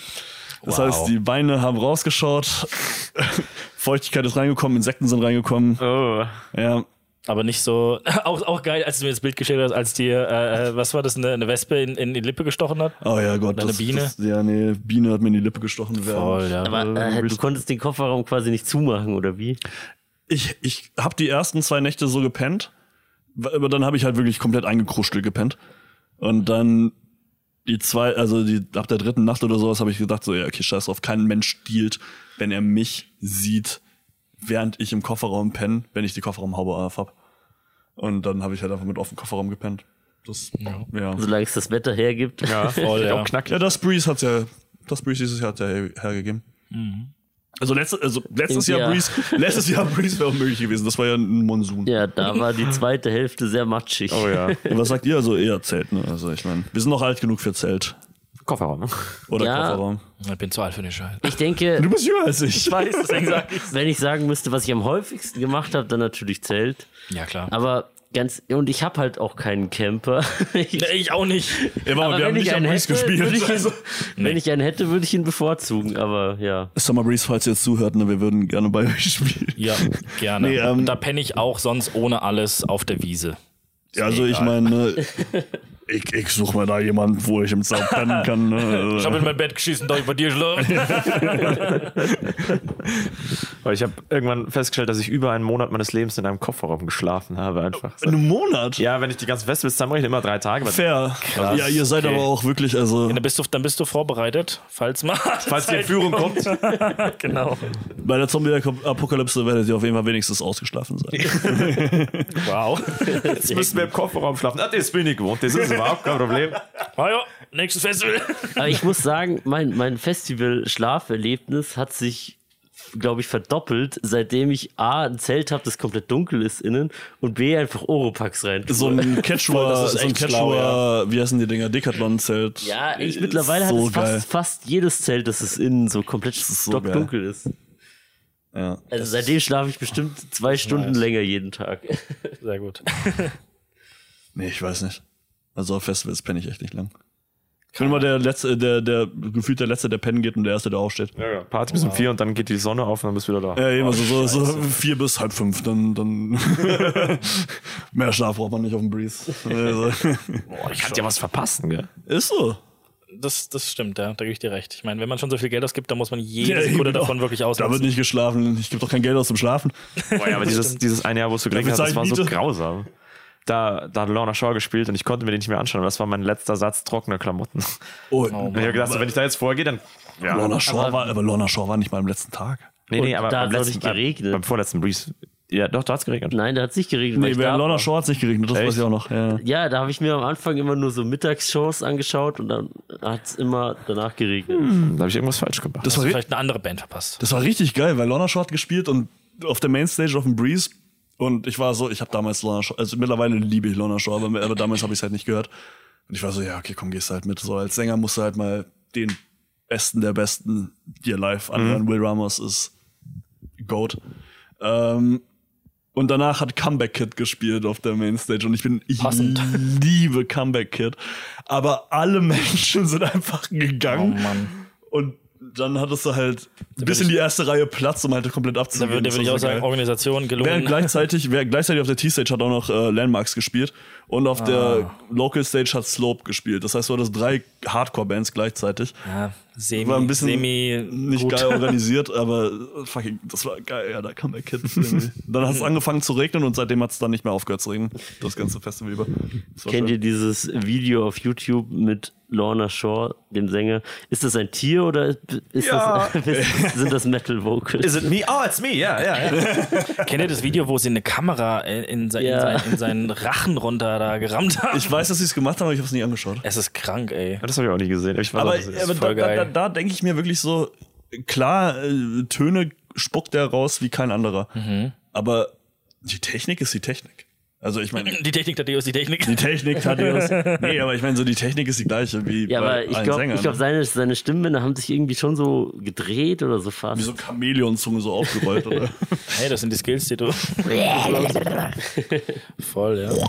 D: Das
C: Wow.
D: heißt, die Beine haben rausgeschaut, <laughs> Feuchtigkeit ist reingekommen, Insekten sind reingekommen.
B: Oh.
D: Ja,
C: Aber nicht so. <laughs> Auch, auch geil, als du mir das Bild geschildert hast, als dir, äh, äh, was war das, eine, eine Wespe in, in die Lippe gestochen hat.
D: oh ja, Gott.
C: Deine
D: das,
C: Biene?
D: Das, ja, nee, Biene hat mir in die Lippe gestochen. während-
C: ja.
B: Also,
A: Aber äh, du konntest den Kofferraum quasi nicht zumachen, oder wie?
D: Ich, ich habe die ersten zwei Nächte so gepennt, wa- aber dann habe ich halt wirklich komplett eingekruschelt gepennt. Und dann die zwei, also die, ab der dritten Nacht oder sowas habe ich gedacht, so, ja, okay, scheiß drauf, kein Mensch stiehlt, wenn er mich sieht, während ich im Kofferraum penne, wenn ich die Kofferraumhaube auf hab. Und dann habe ich halt einfach mit offenem Kofferraum gepennt. Das, ja. Ja,
A: Solange es das Wetter hergibt.
C: Ja, voll, ja.
D: das Breeze hat's ja, das Breeze dieses Jahr hat ja her- hergegeben. Also, letzte, also letztes
A: Ja.
D: Jahr Breeze, <laughs> letztes Jahr Breeze wäre unmöglich gewesen. Das war ja ein Monsun.
A: Ja, da war die zweite Hälfte sehr matschig.
B: <laughs> Oh ja.
D: Ja, Was sagt ihr? Also eher Zelt, ne? Also ich meine, wir sind noch alt genug für Zelt.
B: Kofferraum.
D: Oder
A: Ja.
D: Kofferraum.
C: Ich bin zu alt für den Scheiß.
A: Ich denke,
D: Du bist jünger als ich.
C: Weiß, deswegen sag ich's.
A: wenn ich sagen müsste, was ich am häufigsten gemacht habe, dann natürlich Zelt.
C: Ja, klar.
A: Aber ganz, und ich habe halt auch keinen Camper. <laughs> Ich,
C: Nee, ich auch nicht.
D: Ja, warte,
A: aber
D: wir
A: wenn
D: haben nicht
A: ich,
D: am
A: einen
D: Breeze
A: hätte,
D: gespielt.
A: würde ich ihn, wenn ich einen hätte, würde ich ihn bevorzugen. Aber ja,
D: Summer Breeze, falls ihr jetzt zuhört, ne, wir würden gerne bei euch spielen.
C: Ja, gerne.
D: Nee, ähm,
C: Und da penne ich auch sonst ohne alles auf der Wiese.
D: Ja, also ich meine, ne, ich, ich suche mal da jemanden, wo ich im Zelt pennen kann. Ne?
C: Ich
D: Also,
C: habe in mein Bett geschissen, darf ich bei dir schlafen?
B: Weil ich habe irgendwann festgestellt, dass ich über einen Monat meines Lebens in einem Kofferraum geschlafen habe, einfach.
D: in einem Monat?
B: Ja, wenn ich die ganze Weste zusammenrechne, immer drei Tage. Aber
D: Fair. ja, ihr seid aber auch wirklich, also
C: Dann bist du, dann bist du vorbereitet, falls mal. <laughs>
B: Falls die Entführung kommt.
C: genau.
D: bei der Zombie-Apokalypse werdet ihr auf jeden Fall wenigstens ausgeschlafen sein. <laughs>
C: Wow.
B: Jetzt müssen wir im Kofferraum schlafen. Ah, das bin ich gewohnt. Das ist überhaupt kein Problem.
C: Ah ja, nächstes Festival.
A: aber ich muss sagen, mein, mein Festival-Schlaferlebnis hat sich glaube ich, verdoppelt, seitdem ich A, ein Zelt habe, das komplett dunkel ist innen und B, einfach Oropax rein. tue.
D: <laughs> So ein Quechua,
E: das
D: so
E: ist
D: ein
E: echt
D: Quechua,
E: schlau,
D: wie heißen die Dinger? Decathlon-Zelt.
A: Ja, ich mittlerweile
D: so
A: hat es
D: geil.
A: fast, fast jedes Zelt, dass es innen so komplett
D: so
A: stockdunkel ist.
D: Ja.
A: Also seitdem schlafe ich bestimmt zwei Stunden länger jeden Tag. <laughs>
C: Sehr gut.
D: Nee, ich weiß nicht. Also auf Festivals penne ich echt nicht lang. Ich bin immer der letzte, der, der gefühlt der letzte, der pennen geht und der erste, der aufsteht.
B: Ja, ja. Äh, Party bis um vier und dann geht die Sonne auf und dann bist du wieder da.
D: Ja, eben also
A: Oh,
D: so, so, so vier bis halb fünf, dann, <laughs> dann mehr Schlaf braucht man nicht auf dem Breeze. Also, <laughs>
B: ich hatte ja was verpassen, gell?
D: Ist so.
C: Das, das stimmt, ja, da gebe ich dir recht. Ich meine, wenn man schon so viel Geld ausgibt, dann muss man jede
D: Ja, eben
C: Sekunde
D: doch.
C: davon wirklich
D: Da wird
C: ausnutzen.
D: nicht geschlafen. Ich gebe doch kein Geld aus zum <laughs> Schlafen.
B: Boah, ja, aber dieses, dieses eine Jahr, wo es so geregnet hat,
D: Dafür
B: das war
D: zahle ich
B: so
D: Miete.
B: grausam. Da, da hat Lorna Shaw gespielt und ich konnte mir den nicht mehr anschauen. Das war mein letzter Satz trockener Klamotten. <laughs>
D: Und
B: Und ich habe gedacht, so, wenn ich da jetzt vorgehe, dann. Ja.
D: Oh, Lorna Shaw war, aber Lorna Shaw war nicht mal am letzten Tag.
B: Nee, nee,
A: Und
B: aber
A: da
B: beim
A: hat's auch
B: letzten,
A: nicht geregnet.
B: Beim vorletzten Breeze. Ja, doch, da hat es geregnet.
A: Nein, da hat es nicht geregnet. weil
D: Nee,
A: ich
D: bei
A: da
D: Lorna
A: war.
D: Shaw hat's nicht geregnet, das
B: Echt?
D: weiß ich auch noch. Ja.
A: Ja, da habe ich mir am Anfang immer nur so Mittagsshows angeschaut und dann hat es immer danach geregnet.
D: Hm.
B: Da habe ich irgendwas falsch gemacht.
D: Das war
C: Vielleicht eine andere Band verpasst.
D: Das war richtig geil, weil Lorna Shaw hat gespielt und auf der Mainstage auf dem Breeze. Und ich war so, ich habe damals Lorna Shaw, also mittlerweile liebe ich Lorna Shaw, aber, aber damals habe ich es halt nicht gehört. Und ich war so, ja, okay, komm, gehst halt mit. So als Sänger musst du halt mal den Besten der Besten dir live anhören.
C: Mhm.
D: Will Ramos ist Goat. Ähm, und danach hat Comeback Kid gespielt auf der Mainstage und ich bin, ich
C: Passend.
D: liebe Comeback Kid. Aber alle <laughs> Menschen sind einfach gegangen.
C: Oh Mann.
D: Und dann hattest du halt ein bisschen die erste Reihe Platz, um halt komplett
C: Da
D: abzugehen.
C: würde, da
D: Das
C: würde ich
D: war
C: auch
D: so
C: sagen, oh,
D: geil.
C: Organisation
D: Während
C: gelungen.
D: gleichzeitig, während gleichzeitig auf der T-Stage hat auch noch äh, Landmarks gespielt und auf
C: Ah.
D: der Local Stage hat Slope gespielt. Das heißt, du hattest drei Hardcore-Bands gleichzeitig.
C: Ja, semi,
D: War ein bisschen
C: semi
D: nicht
C: gut. <laughs>
D: geil organisiert, aber äh, fucking, das war geil. Ja, da kam der Kid.
C: <laughs>
D: dann hat es angefangen zu regnen und seitdem hat es dann nicht mehr aufgehört zu regnen. Das ganze Festival über. Das war
A: Kennt
D: schön.
A: ihr dieses Video auf YouTube mit Lorna Shaw, dem Sänger? Ist das ein Tier oder ist
B: Ja.
A: das, <laughs> sind das Metal Vocals?
B: Is it me? Oh, it's me, ja, ja. ja.
C: Kennt ihr das Video, wo sie eine Kamera in, in, sein,
A: Ja.
C: in, sein, in seinen Rachen runter da gerammt haben?
D: Ich weiß, dass sie es gemacht haben, aber ich habe es nie angeschaut.
C: es ist krank, ey.
B: Das habe ich auch nie gesehen. Ich weiß
D: Aber,
B: auch, das ist.
D: aber da,
C: voll
D: da,
C: geil.
D: da, da denke ich mir wirklich so, klar, äh,
A: Mhm.
D: Töne spuckt er raus wie kein anderer. Aber die Technik ist die Technik. Also ich meine,
C: Die Technik, Tadeus, die Technik.
D: die Technik,
A: <laughs>
D: Thaddeus. Nee, aber ich meine, so die Technik ist die gleiche wie
A: Ja, aber
D: bei
A: ich
D: allen
A: glaube,
D: Sängern.
A: glaub,
D: ne?
A: seine, seine Stimmbänder haben sich irgendwie schon so gedreht oder so fast.
D: wie so Chamäleonzunge so
A: <laughs>
D: aufgerollt, oder?
C: Hey, das sind die Skills, die du. Voll, ja.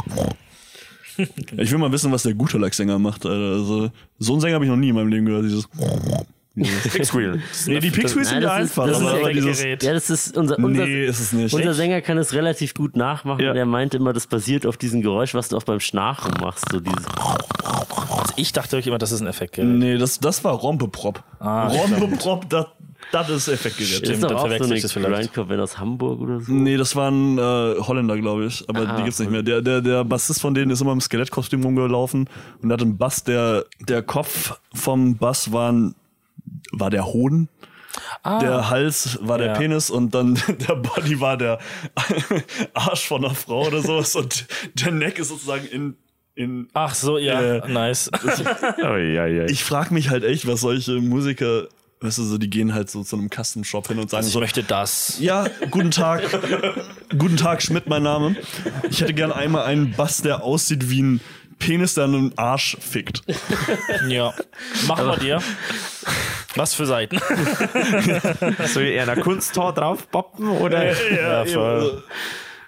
D: Ich will mal wissen, was der gute Lacksänger macht, Alter. Also, so einen Sänger habe ich noch nie in meinem Leben gehört. Dieses
B: Pixqueal.
D: nee, die Pixwies sind
A: Nein,
D: ja
A: das ist-
D: einfach.
A: das
D: aber,
A: ist
D: aber
A: ein
D: dieses,
C: Gerät.
A: ja, das ist unser, unser,
D: nee, ist es nicht.
A: unser Sänger kann es relativ gut nachmachen
D: Ja.
A: und er meint immer, das basiert auf diesem Geräusch, was du auch beim Schnarchen machst. So dieses
C: Also Ich dachte wirklich immer, das ist ein Effekt.
D: nee, das, das war Rompeprop. Rompeprop, <laughs> das, das ist Effektgerät.
C: Stimmt,
A: ist doch
C: dann
A: auch so
C: verwechsel
A: eine
C: ich das vielleicht.
A: Grindcore-Band aus Hamburg oder so.
D: Nee, das waren äh, Holländer, glaube ich. Aber die gibt's nicht mehr. Der, der, der Bassist von denen ist immer im Skelettkostüm rumgelaufen und hat einen Bass, der, der Kopf vom Bass waren, war der Hoden. Der Hals war der
C: Ah. Ja.
D: Penis und dann <laughs> der Body war der <laughs> Arsch von einer Frau oder sowas und der Neck ist sozusagen in. in
C: Ach so, ja,
D: Äh,
C: nice.
B: Oh, ja, ja.
D: ich frage mich halt echt, was solche Musiker, weißt du, so, die gehen halt so zu einem Custom-Shop hin und sagen
C: Ich
D: so,
C: möchte das.
D: Ja, guten Tag. guten Tag, Schmidt, mein Name. Ich hätte gern einmal einen Bass, der aussieht wie ein Penis, der einen Arsch fickt.
C: Ja. Machen wir dir. Was für Seiten?
B: Soll ich eher einer Kunsttor draufpoppen oder?
D: Ja,
C: voll.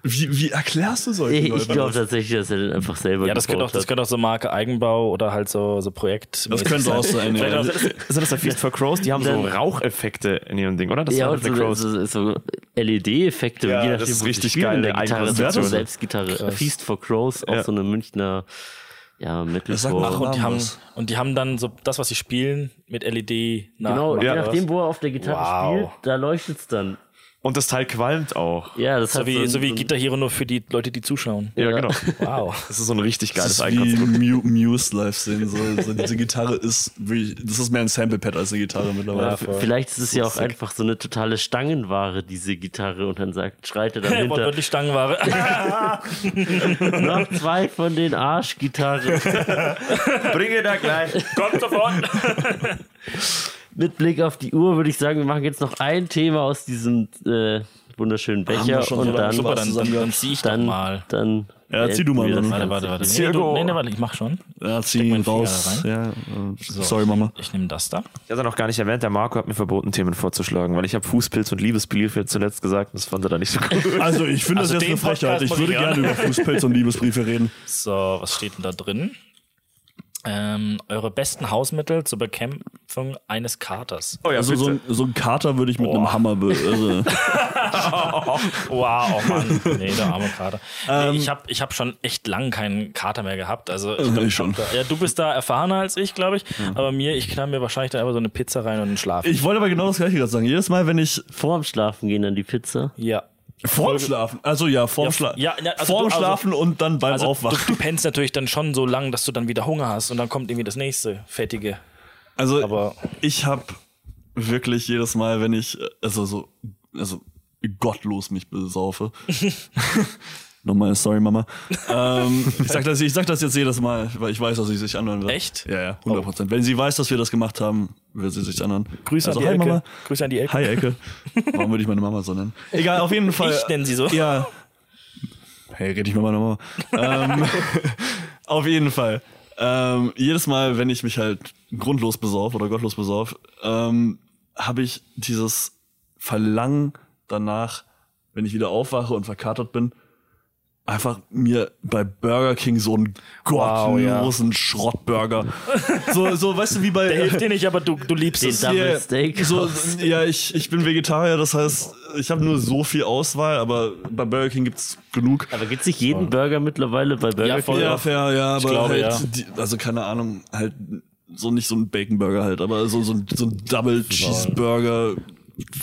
D: Wie, wie erklärst du solche
A: <laughs> Ich,
D: Leute?
A: ich glaube tatsächlich, dass er den einfach selber
C: Ja, das könnte, auch,
A: gebaut
C: das
A: hat.
C: könnte auch so Marke Eigenbau oder halt so, so Projekt.
D: das könnte auch sein.
B: Vielleicht
D: Ja.
B: auch, sind das- sind Also das der Feast for Crows? Die haben so Raucheffekte in ihrem Ding, oder? Das
A: Ja,
B: war
A: und
B: The
A: so,
B: Crows.
A: so, so LED-Effekte.
B: Ja,
A: je
B: das
A: nachdem,
B: ist
A: wo sie
B: richtig
A: spielen,
B: geil,
A: Der
B: eine
A: Gitarre das ist so
B: Eigenproduktion.
A: Selbstgitarre. Feast for Crows, auch
B: Ja.
A: so eine Münchner ja,
D: sag mal,
A: Metalcore.
C: Und die,
D: Haben
C: haben,
D: wir's.
C: und die haben dann so das, was sie spielen, mit E LED nach.
A: Genau, je
B: Ja.
A: nachdem, wo er auf der Gitarre
C: Wow.
A: spielt, da leuchtet es dann.
B: Und das Teil qualmt auch.
A: Ja, das
C: So
A: hat
C: wie,
A: ein-
C: so wie
A: ein-
C: Guitar Hero nur für die Leute, die
A: <laughs>
C: zuschauen.
B: Ja, genau.
C: Wow.
B: Das ist so ein richtig geiles
D: Das ist wie
B: Eigenkonzept.
D: Mu Muse live sehen. So, so diese Gitarre ist wirklich, das ist mehr ein Sample-Pad als eine Gitarre mittlerweile.
A: Äh, Vielleicht ist es ja auch einfach so eine totale Stangenware, diese Gitarre, und dann sagt, schreit
C: <laughs>
A: er dahinter,
C: Wortwörtlich Stangenware.
A: noch zwei von den Arschgitarren
C: <laughs>
B: Bringe da gleich.
C: Kommt sofort.
A: mit Blick auf die Uhr würde ich sagen, wir machen jetzt noch ein Thema aus diesem äh, wunderschönen Becher
D: schon so
A: und
D: lange
A: dann,
C: Super, dann, dann, dann
D: zusammen-
C: zieh ich dann,
A: dann,
C: doch mal.
A: dann
D: Ja, zieh du mal,
A: beenden wir das Ganze.
C: Warte,
D: Manu.
C: warte, warte. Nee,
B: Zirko.
C: du, nee, nee, warte, ich mach schon.
D: Ja, zieh ihn
C: meinen Finger
D: raus. Ja, äh, Sorry, Mama.
C: Ich nehme das da.
B: Ich hatte noch gar nicht erwähnt, der Marco hat mir verboten, Themen vorzuschlagen, weil ich habe Fußpilz und Liebesbriefe zuletzt gesagt und das fand er dann nicht so cool.
D: Also, ich finde
C: Also
D: das jetzt
C: den
D: eine Frechheit.
C: Podcast
D: Ich
C: muss
D: würde
C: ich Oh hören.
D: gerne über Fußpilz und Liebesbriefe reden.
C: So, was steht denn da drin? Ähm, eure besten Hausmittel zur Bekämpfung eines Katers.
B: <laughs> Oh ja,
D: Also, so ein, so ein Kater würde ich mit einem Hammer. Be also,
C: Wow, oh Mann. Nee, der arme Kater.
D: Ähm.
C: Nee, ich habe ich hab schon echt lang keinen Kater mehr gehabt. Also ich glaub,
D: ich Äh, schon.
C: ja, du bist da erfahrener als ich, glaube ich. Aber mir, ich knall mir wahrscheinlich dann einfach so eine Pizza rein und einen Schlaf.
D: Ich wollte aber genau das gleiche gerade sagen. Jedes Mal, wenn ich
A: Vorm Schlafen gehen dann die Pizza.
C: ja.
D: vorm Schlafen, also ja, vorm
C: Ja,
D: Schlafen,
C: ja, ne, also
D: vorm
C: du- also-
D: Schlafen und dann beim
C: Also du,
D: Aufwachen.
C: du pennst natürlich dann schon so lang, dass du dann wieder Hunger hast und dann kommt irgendwie das nächste fettige.
D: Also
C: aber-
D: ich habe wirklich jedes Mal, wenn ich äh, also so also gottlos mich
C: <laughs>
D: besaufe. <laughs> Nochmal, sorry Mama. ähm, ich, sag das, ich sag das jetzt jedes Mal, weil ich weiß, dass sie sich anhören wird.
C: Echt?
D: Ja, ja, 100 Prozent. Wenn sie weiß, dass wir das gemacht haben, wird sie sich anhören.
C: Grüße
D: also,
C: an die
D: hi,
C: Elke.
D: Mama.
C: Grüße an die Elke.
D: Hi Ecke. Warum würde ich meine Mama so nennen? Egal, auf jeden Fall.
C: Ich nenne sie so.
D: Ja. Hey, red ich mit meiner Mama.
C: <laughs>
D: ähm, auf jeden Fall. Ähm, jedes Mal, wenn ich mich halt grundlos besauf oder gottlos besauf, ähm, habe ich dieses Verlangen danach, wenn ich wieder aufwache und verkatert bin, einfach mir bei Burger King so einen gottlosen Schrottburger. So, so, weißt du, wie bei.
C: Der hilft dir nicht, aber du, du liebst
A: Den
C: es.
A: Double
D: Ja,
A: Steak.
D: So, so- ja, ich, ich bin Vegetarier, das heißt, ich habe nur so viel Auswahl, aber bei Burger King gibt's genug.
A: Aber gibt es nicht jeden Burger mittlerweile bei Burger
C: Ja, voll.
A: King?
D: ja, fair, ja, aber
C: glaube,
D: halt,
C: ja.
D: die, also keine Ahnung, halt so nicht so ein Bacon Burger halt, aber so, so, ein- so ein Double Cheeseburger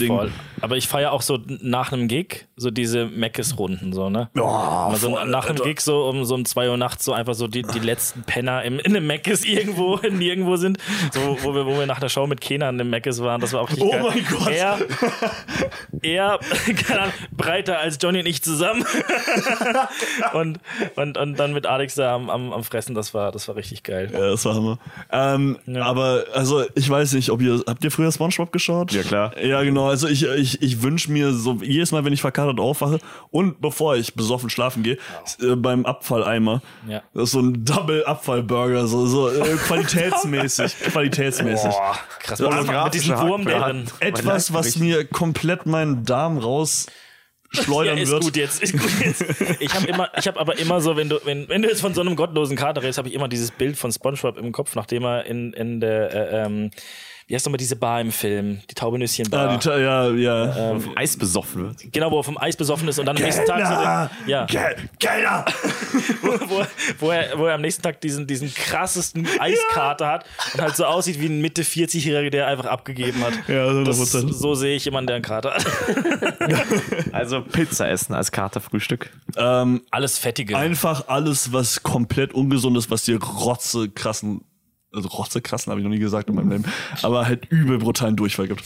D: Ding.
C: Voll. Aber ich feiere auch so nach einem Gig so diese Meckes-Runden, so, ne?
D: Ja,
C: Also
D: voll,
C: nach einem
D: Alter.
C: Gig so um so um 2 Uhr nachts so einfach so die, die letzten Penner im, in einem Meckes irgendwo <laughs> nirgendwo sind. So, wo wir, wo wir nach der Show mit Kenan im Meckes waren, das war auch richtig
D: Oh
C: geil.
D: mein Gott. <laughs>
C: Er, er <laughs> keine Ahnung, breiter als Johnny und ich zusammen. <laughs> und, und, und dann mit Alex da am, am, am Fressen, das war, das war richtig geil.
D: Ja, das war Hammer. Ähm, Aber also ich weiß nicht, ob ihr habt ihr früher SpongeBob geschaut?
B: Ja, klar.
D: Ja, genau. Also ich, ich, ich wünsche mir so jedes Mal, wenn ich verkatert aufwache und bevor ich besoffen schlafen gehe, äh, beim Abfalleimer,
C: Ja.
D: das ist so ein Double-Abfall-Burger, so, so äh,
C: <laughs>
D: qualitätsmäßig, qualitätsmäßig.
C: Krass,
D: So,
C: Boah, mit diesem
B: Hack-
C: Wurm
B: Ja.
C: drin.
D: Etwas, was mir komplett meinen Darm
C: <laughs> Ja,
D: rausschleudern
C: ist
D: wird.
C: gut jetzt, ist gut jetzt. Ich habe immer, ich habe aber immer so, wenn du, wenn, wenn du jetzt von so einem gottlosen Kater redest, habe ich immer dieses Bild von SpongeBob im Kopf, nachdem er in, in der, äh, ähm, wie heißt nochmal diese Bar im Film, die Taubenüsschen-Bar.
D: Ah, die, Ta- ja, ja.
B: Eis besoffen wird.
C: Genau, wo er vom Eis besoffen Äh, ist und dann am nächsten Tag. So den, ja. <laughs>
D: <laughs>
C: wo, wo, er, wo er am nächsten Tag diesen, diesen krassesten Eiskater hat und halt so aussieht wie ein Mitte 40-Jähriger, der einfach abgegeben hat.
D: Ja, 100%.
C: das, so sehe ich jemanden, der einen Kater hat. <laughs>
B: Also Pizza essen als Katerfrühstück.
D: ähm,
C: Alles Fettige.
D: einfach alles, was komplett ungesund ist, was dir rotze krassen, also rotze krassen habe ich noch nie gesagt in meinem Leben, aber halt übel brutalen Durchfall
C: <laughs>
D: gibt.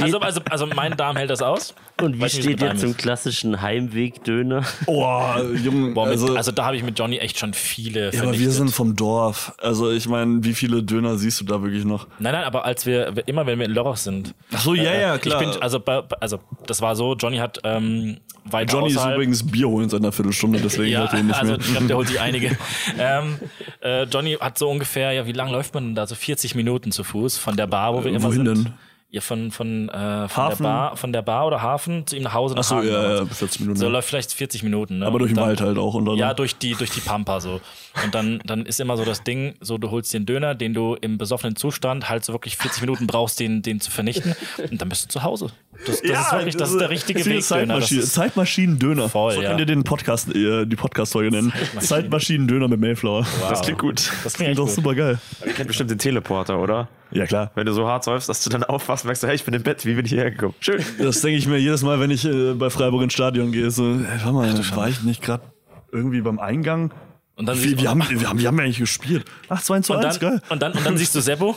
C: also, also, also mein Darm hält das aus.
A: Und wie
C: Weiß nicht,
A: steht
C: was
A: ihr
C: mit
A: zum
C: einem ist.
A: klassischen Heimwegdöner?
D: Boah, Oh, Junge,
C: Boah, mit,
D: also,
C: also, da habe ich mit Johnny echt schon viele
D: ja, aber wir sind vom Dorf. Also ich meine, wie viele Döner siehst du da wirklich noch? Äh,
C: Nein, nein, aber als wir, immer wenn wir in Lörrach sind.
D: Ach so, ja, ja,
C: Ich bin, also, bei- also, das war so, Johnny hat ähm, weit
D: Johnny ist
C: außerhalb,
D: übrigens Bier holen seit einer Viertelstunde, deswegen
C: Ja,
D: wollte ich ihn nicht
C: also
D: mehr.
C: ich glaube, der holt
D: <laughs>
C: sich einige. ähm, äh, Johnny hat so ungefähr, ja, wie lang läuft man denn da? So 40 Minuten zu Fuß von der Bar, wo wir
D: Äh,
C: immer
D: wohin
C: sind.
D: denn?
C: Ja, von, von, äh, von, der
D: Hafen?
C: Bar, von der Bar oder Hafen zu ihm nach Hause. Nach
D: Achso,
C: Hagen
D: ja, ja,
C: damals.
D: 40 Minuten.
C: So läuft vielleicht 40 Minuten. Ne?
D: aber durch
C: Und
D: den
C: dann-
D: Wald halt auch. Und dann,
C: Ja, durch die, durch die Pampa so. Und dann, dann ist immer so das Ding, so du holst den Döner, den du im besoffenen Zustand halt so wirklich 40 Minuten brauchst, den, den zu vernichten. Und dann bist du zu Hause. Das, das ist wirklich, das ist der richtige
D: Deswegen
C: Weg, Döner. Das
D: Zeitmaschinen-
C: ist,
D: Zeitmaschinen-Döner.
C: Voll,
D: so
C: ja.
D: könnt ihr den Podcast, äh, die Podcast-Folge nennen. Zeitmaschinen-Döner mit Mayflower.
B: Das klingt gut.
C: das klingt
D: Klingt
C: echt
D: doch
C: gut.
D: super geil.
B: Ihr kennt bestimmt den Teleporter, oder?
D: Ja, klar.
B: Wenn du so hart säufst, dass du dann aufwachst, merkst du, hey, ich bin im Bett, wie bin ich hierher gekommen? Schön.
D: Das denke ich mir jedes Mal, wenn ich äh, bei Freiburg ins Stadion gehe. So, ey, warte mal, war ich nicht gerade irgendwie beim Eingang?
C: Und dann
D: Wie,
C: siehst-
D: wir, haben, wir, haben, wir haben ja eigentlich gespielt. Ach, 2 zu
C: Und
D: 1,
C: dann,
D: geil.
C: und, dann, und dann siehst du Seppo.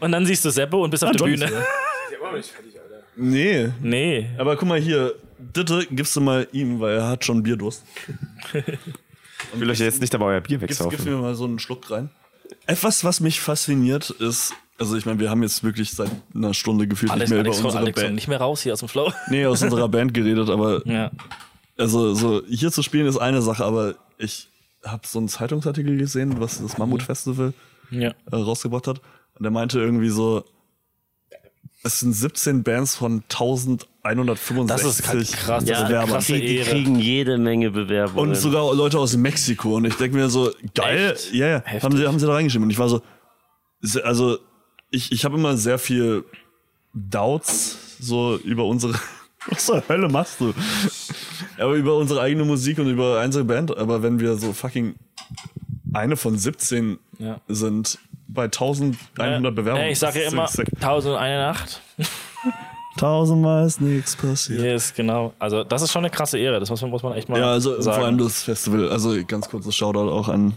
C: Und dann siehst du Seppo und bist auf der
D: Johnny
C: Bühne.
D: Nee.
C: Nee.
D: Aber guck mal hier, Ditte gibst du mal ihm, weil er hat schon Bierdurst.
B: Ich will euch jetzt nicht aber euer Bier
D: Gibst, gib
B: wegsaufen.
D: mir mal so einen Schluck rein. Etwas, was mich fasziniert, ist, also ich meine, wir haben jetzt wirklich seit einer Stunde gefühlt
C: Alex,
D: nicht mehr
C: Alex,
D: über
C: Alex,
D: unsere
C: Alex,
D: Band.
C: nicht mehr raus hier aus dem Flow. <laughs>
D: Nee, aus unserer Band geredet, aber
C: Ja.
D: also so hier zu spielen ist eine Sache, aber ich habe so einen Zeitungsartikel gesehen, was das
C: Mhm.
D: Mammut-Festival
C: ja.
D: äh, rausgebracht hat. Und er meinte irgendwie so, es sind 17 Bands von 1165.
C: Das ist halt krass, das
D: Ja,
C: ist eine
D: Bewerber.
C: krasse
A: die, die
C: Ehre.
A: kriegen jede Menge Bewerbungen.
D: Und sogar Leute aus Mexiko. Und ich denke mir so, geil,
C: Echt?
D: ja, ja,
C: Heftig.
D: haben sie, haben sie da reingeschrieben. Und ich war so, se- also ich, ich habe immer sehr viel Doubts so über unsere, <laughs> was zur Hölle machst du? Aber über unsere eigene Musik und über einzelne Band. Aber wenn wir so fucking eine von 17
C: Ja.
D: sind bei 1100 Bewerbungen.
C: Ja, ich sage ja
D: das ist
C: immer,
D: sick.
C: 1001 Nacht.
D: Tausendmal ist nichts passiert.
C: Yes, genau. Also, das ist schon eine krasse Ehre. Das muss man, muss man echt mal
D: Ja, also
C: sagen.
D: vor allem das Festival. Also ganz kurzes Shoutout auch an.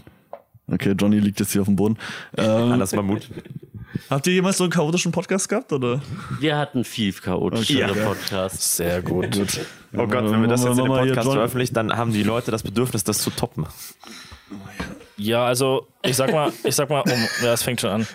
D: Okay, Johnny liegt jetzt hier auf dem Boden. Ähm,
B: Anders Mammut.
D: habt ihr jemals so einen chaotischen Podcast gehabt? Oder?
A: Wir hatten viel chaotischere Podcasts.
C: Sehr gut.
B: Oh Gott, wenn wir das jetzt in den
D: Machen wir mal hier
B: Podcast
D: John-
B: veröffentlichen, dann haben die Leute das Bedürfnis, das zu toppen.
C: Ja, also, ich sag mal, ich sag mal, um, ja, es fängt schon an.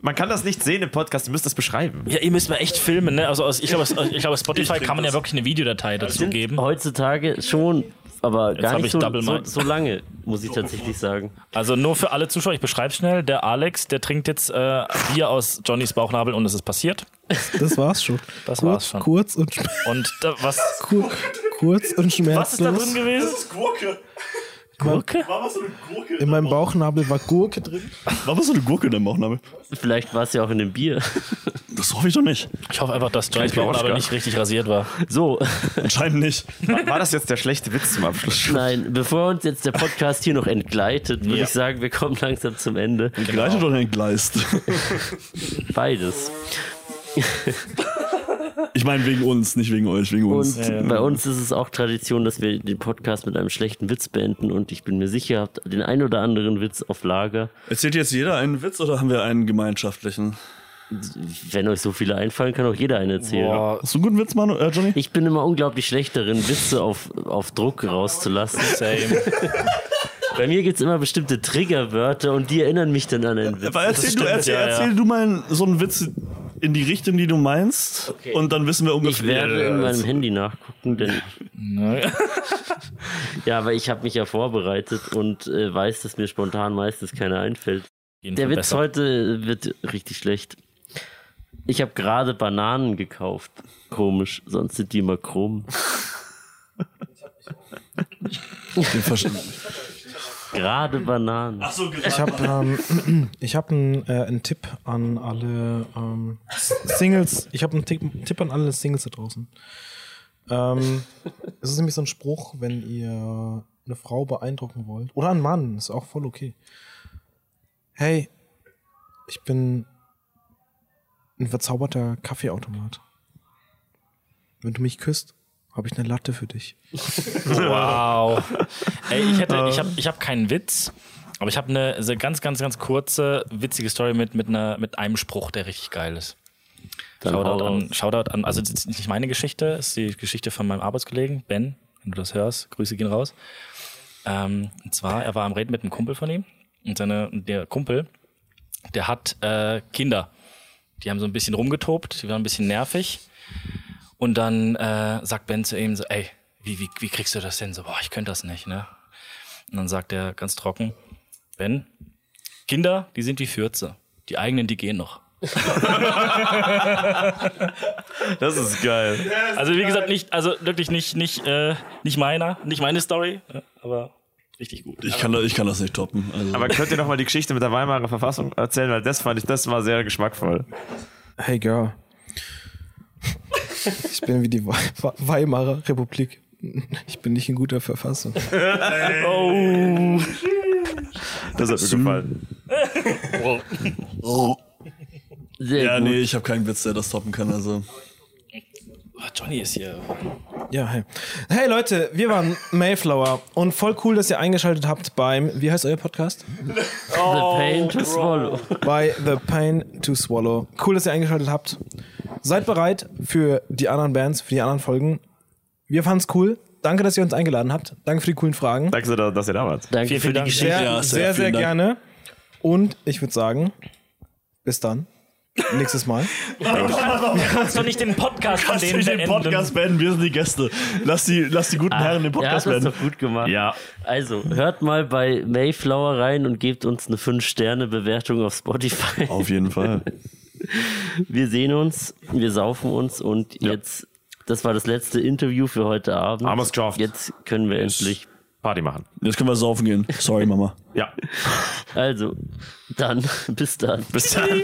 B: Man kann das nicht sehen im Podcast, ihr müsst das beschreiben.
C: Ja, ihr müsst mal echt filmen, ne? Also, aus, ich glaube, aus- ich glaube, Spotify kann man ja wirklich eine Videodatei dazu geben.
A: Heutzutage schon, aber gar
C: hab
A: nicht
C: ich
A: so,
C: Double
A: so,
C: Mind.
A: so lange, muss ich tatsächlich sagen.
C: Also nur für alle Zuschauer, ich beschreibe schnell. Der Alex, der trinkt jetzt äh, Bier aus Johnnys Bauchnabel und es ist passiert.
G: Das war's schon.
C: Das
G: Kurz-
C: war's schon.
G: Kurz und, schm-
C: Und da, was,
G: kur kurz und schmerzlos.
C: was ist da drin gewesen?
D: ist Gurke.
C: Gurke?
D: War was so eine Gurke?
G: In meinem Bauchnabel war Gurke drin.
D: War was so eine Gurke in deinem Bauchnabel?
A: Vielleicht war es ja auch in dem Bier. <laughs>
D: Das hoffe ich doch nicht.
C: Ich hoffe einfach, dass Johnnys
B: Gleich wie
C: Bauchnabel
B: Oskar.
C: nicht richtig rasiert war.
A: So,
D: Anscheinend nicht.
B: War war das jetzt der schlechte Witz zum Abschluss?
A: nein, bevor uns jetzt der Podcast hier noch entgleitet, würde ich sagen, wir kommen langsam zum Ende.
D: Gleitet oder entgleist?
A: Beides.
D: Ich meine wegen uns, nicht wegen euch, wegen uns.
A: Und
C: Ähm.
A: bei uns ist es auch Tradition, dass wir den Podcast mit einem schlechten Witz beenden und ich bin mir sicher, ihr habt den ein oder anderen Witz auf Lager.
D: Erzählt jetzt jeder einen Witz oder haben wir einen gemeinschaftlichen?
A: Wenn euch so viele einfallen, kann auch jeder einen erzählen.
C: Boah,
D: Hast du einen guten Witz, Manu, äh, Johnny?
A: Ich bin immer unglaublich schlecht darin, Witze auf, auf Druck rauszulassen.
C: same.
A: <laughs> Bei mir gibt es immer bestimmte Triggerwörter und die erinnern mich dann an einen Witz.
D: Aber erzähl,
C: Das
D: du,
C: stimmt,
D: erzähl,
C: ja, ja.
D: erzähl du mal so einen Witz, in die Richtung, die du meinst. Und dann wissen wir
A: Ich
D: ungefähr.
A: werde in
D: Ja,
A: meinem Handy nachgucken, denn
C: Ne?
A: ja, aber ich habe mich ja vorbereitet und äh, weiß, dass mir spontan meistens keiner einfällt.
C: Jeden
A: Der
C: Fall
A: Witz
C: besser.
A: heute wird richtig schlecht. Ich habe gerade Bananen gekauft. Komisch, sonst sind die immer krumm. gerade Bananen.
E: Ich habe ähm, <clears throat> ich hab einen, äh, einen Tipp an alle ähm, Singles. Ich habe einen Tipp, Tipp an alle Singles da draußen. Ähm, es ist nämlich so ein Spruch, wenn ihr eine Frau beeindrucken wollt. Oder einen Mann, ist auch voll okay. Hey, ich bin ein verzauberter Kaffeeautomat. Wenn du mich küsst, habe ich eine Latte für dich.
C: Wow. Ey, ich hätte, ich habe ich hab keinen Witz, aber ich habe eine so ganz, ganz, ganz kurze, witzige Story mit, mit, einer, mit einem Spruch, der richtig geil ist. Shoutout
A: hau
C: an, Shoutout an, also das ist nicht meine Geschichte, das ist die Geschichte von meinem Arbeitskollegen, Ben, wenn du das hörst, Grüße gehen raus. Ähm, und zwar, er war am Reden mit einem Kumpel von ihm und seine, und der Kumpel, der hat äh, Kinder. Die haben so ein bisschen rumgetobt, die waren ein bisschen nervig. Und dann äh, sagt Ben zu ihm so, ey, wie, wie, wie kriegst du das denn? So, boah, ich könnte das nicht, ne? Und dann sagt er ganz trocken, Ben, Kinder, die sind wie Fürze. Die eigenen, die gehen noch.
B: Das ist geil.
C: Also wie gesagt, nicht, also wirklich nicht, nicht, äh, nicht meiner, nicht meine Story, ja, aber richtig gut.
D: Ich kann, da- ich kann das nicht toppen. Also.
B: Aber könnt ihr noch mal die Geschichte mit der Weimarer Verfassung erzählen, weil das fand ich, das war sehr geschmackvoll.
E: Hey Girl.
H: Ich bin wie die Wei- Wa- Weimarer Republik. Ich bin nicht in guter Verfassung.
B: Das hat mir gefallen.
D: oh.
A: Sehr
D: Ja,
A: gut.
D: nee, ich habe keinen Witz, der das toppen kann. Also.
C: Ah, Johnny ist hier.
E: Ja, hey. Hey Leute, wir waren Mayflower und voll cool, dass ihr eingeschaltet habt beim, wie heißt euer Podcast?
A: The pain to swallow.
E: Bei The Pain to Swallow. Cool, dass ihr eingeschaltet habt. Seid bereit für die anderen Bands, für die anderen Folgen. Wir fanden's cool. Danke, dass ihr uns eingeladen habt. Danke für die coolen Fragen.
B: Danke, dass- dass ihr da wart.
A: Danke
C: Vielen,
A: für
C: vielen
A: die
C: Dank.
E: Sehr,
D: Ja, sehr,
E: sehr, sehr,
D: vielen Dank.
E: gerne. Und ich würde sagen, bis dann. Nächstes Mal.
C: Kannst du nicht den Podcast von
D: Lass den, den Podcast beenden, wir sind die Gäste. Lass die, lass die guten Herren den Podcast
A: Ah, ja, das ist
D: beenden.
A: doch gut gemacht.
B: Ja.
A: Also, hört mal bei Mayflower rein und gebt uns eine 5-Sterne-Bewertung auf Spotify.
D: Auf jeden Fall.
A: Wir sehen uns, wir saufen uns und jetzt, das war das letzte Interview für heute Abend.
B: Haben wir's geschafft.
A: Jetzt können wir endlich.
B: Party machen.
D: Jetzt können wir saufen gehen. Sorry, Mama.
B: Ja.
A: Also, dann, <laughs> bis dann.
B: Bis dann.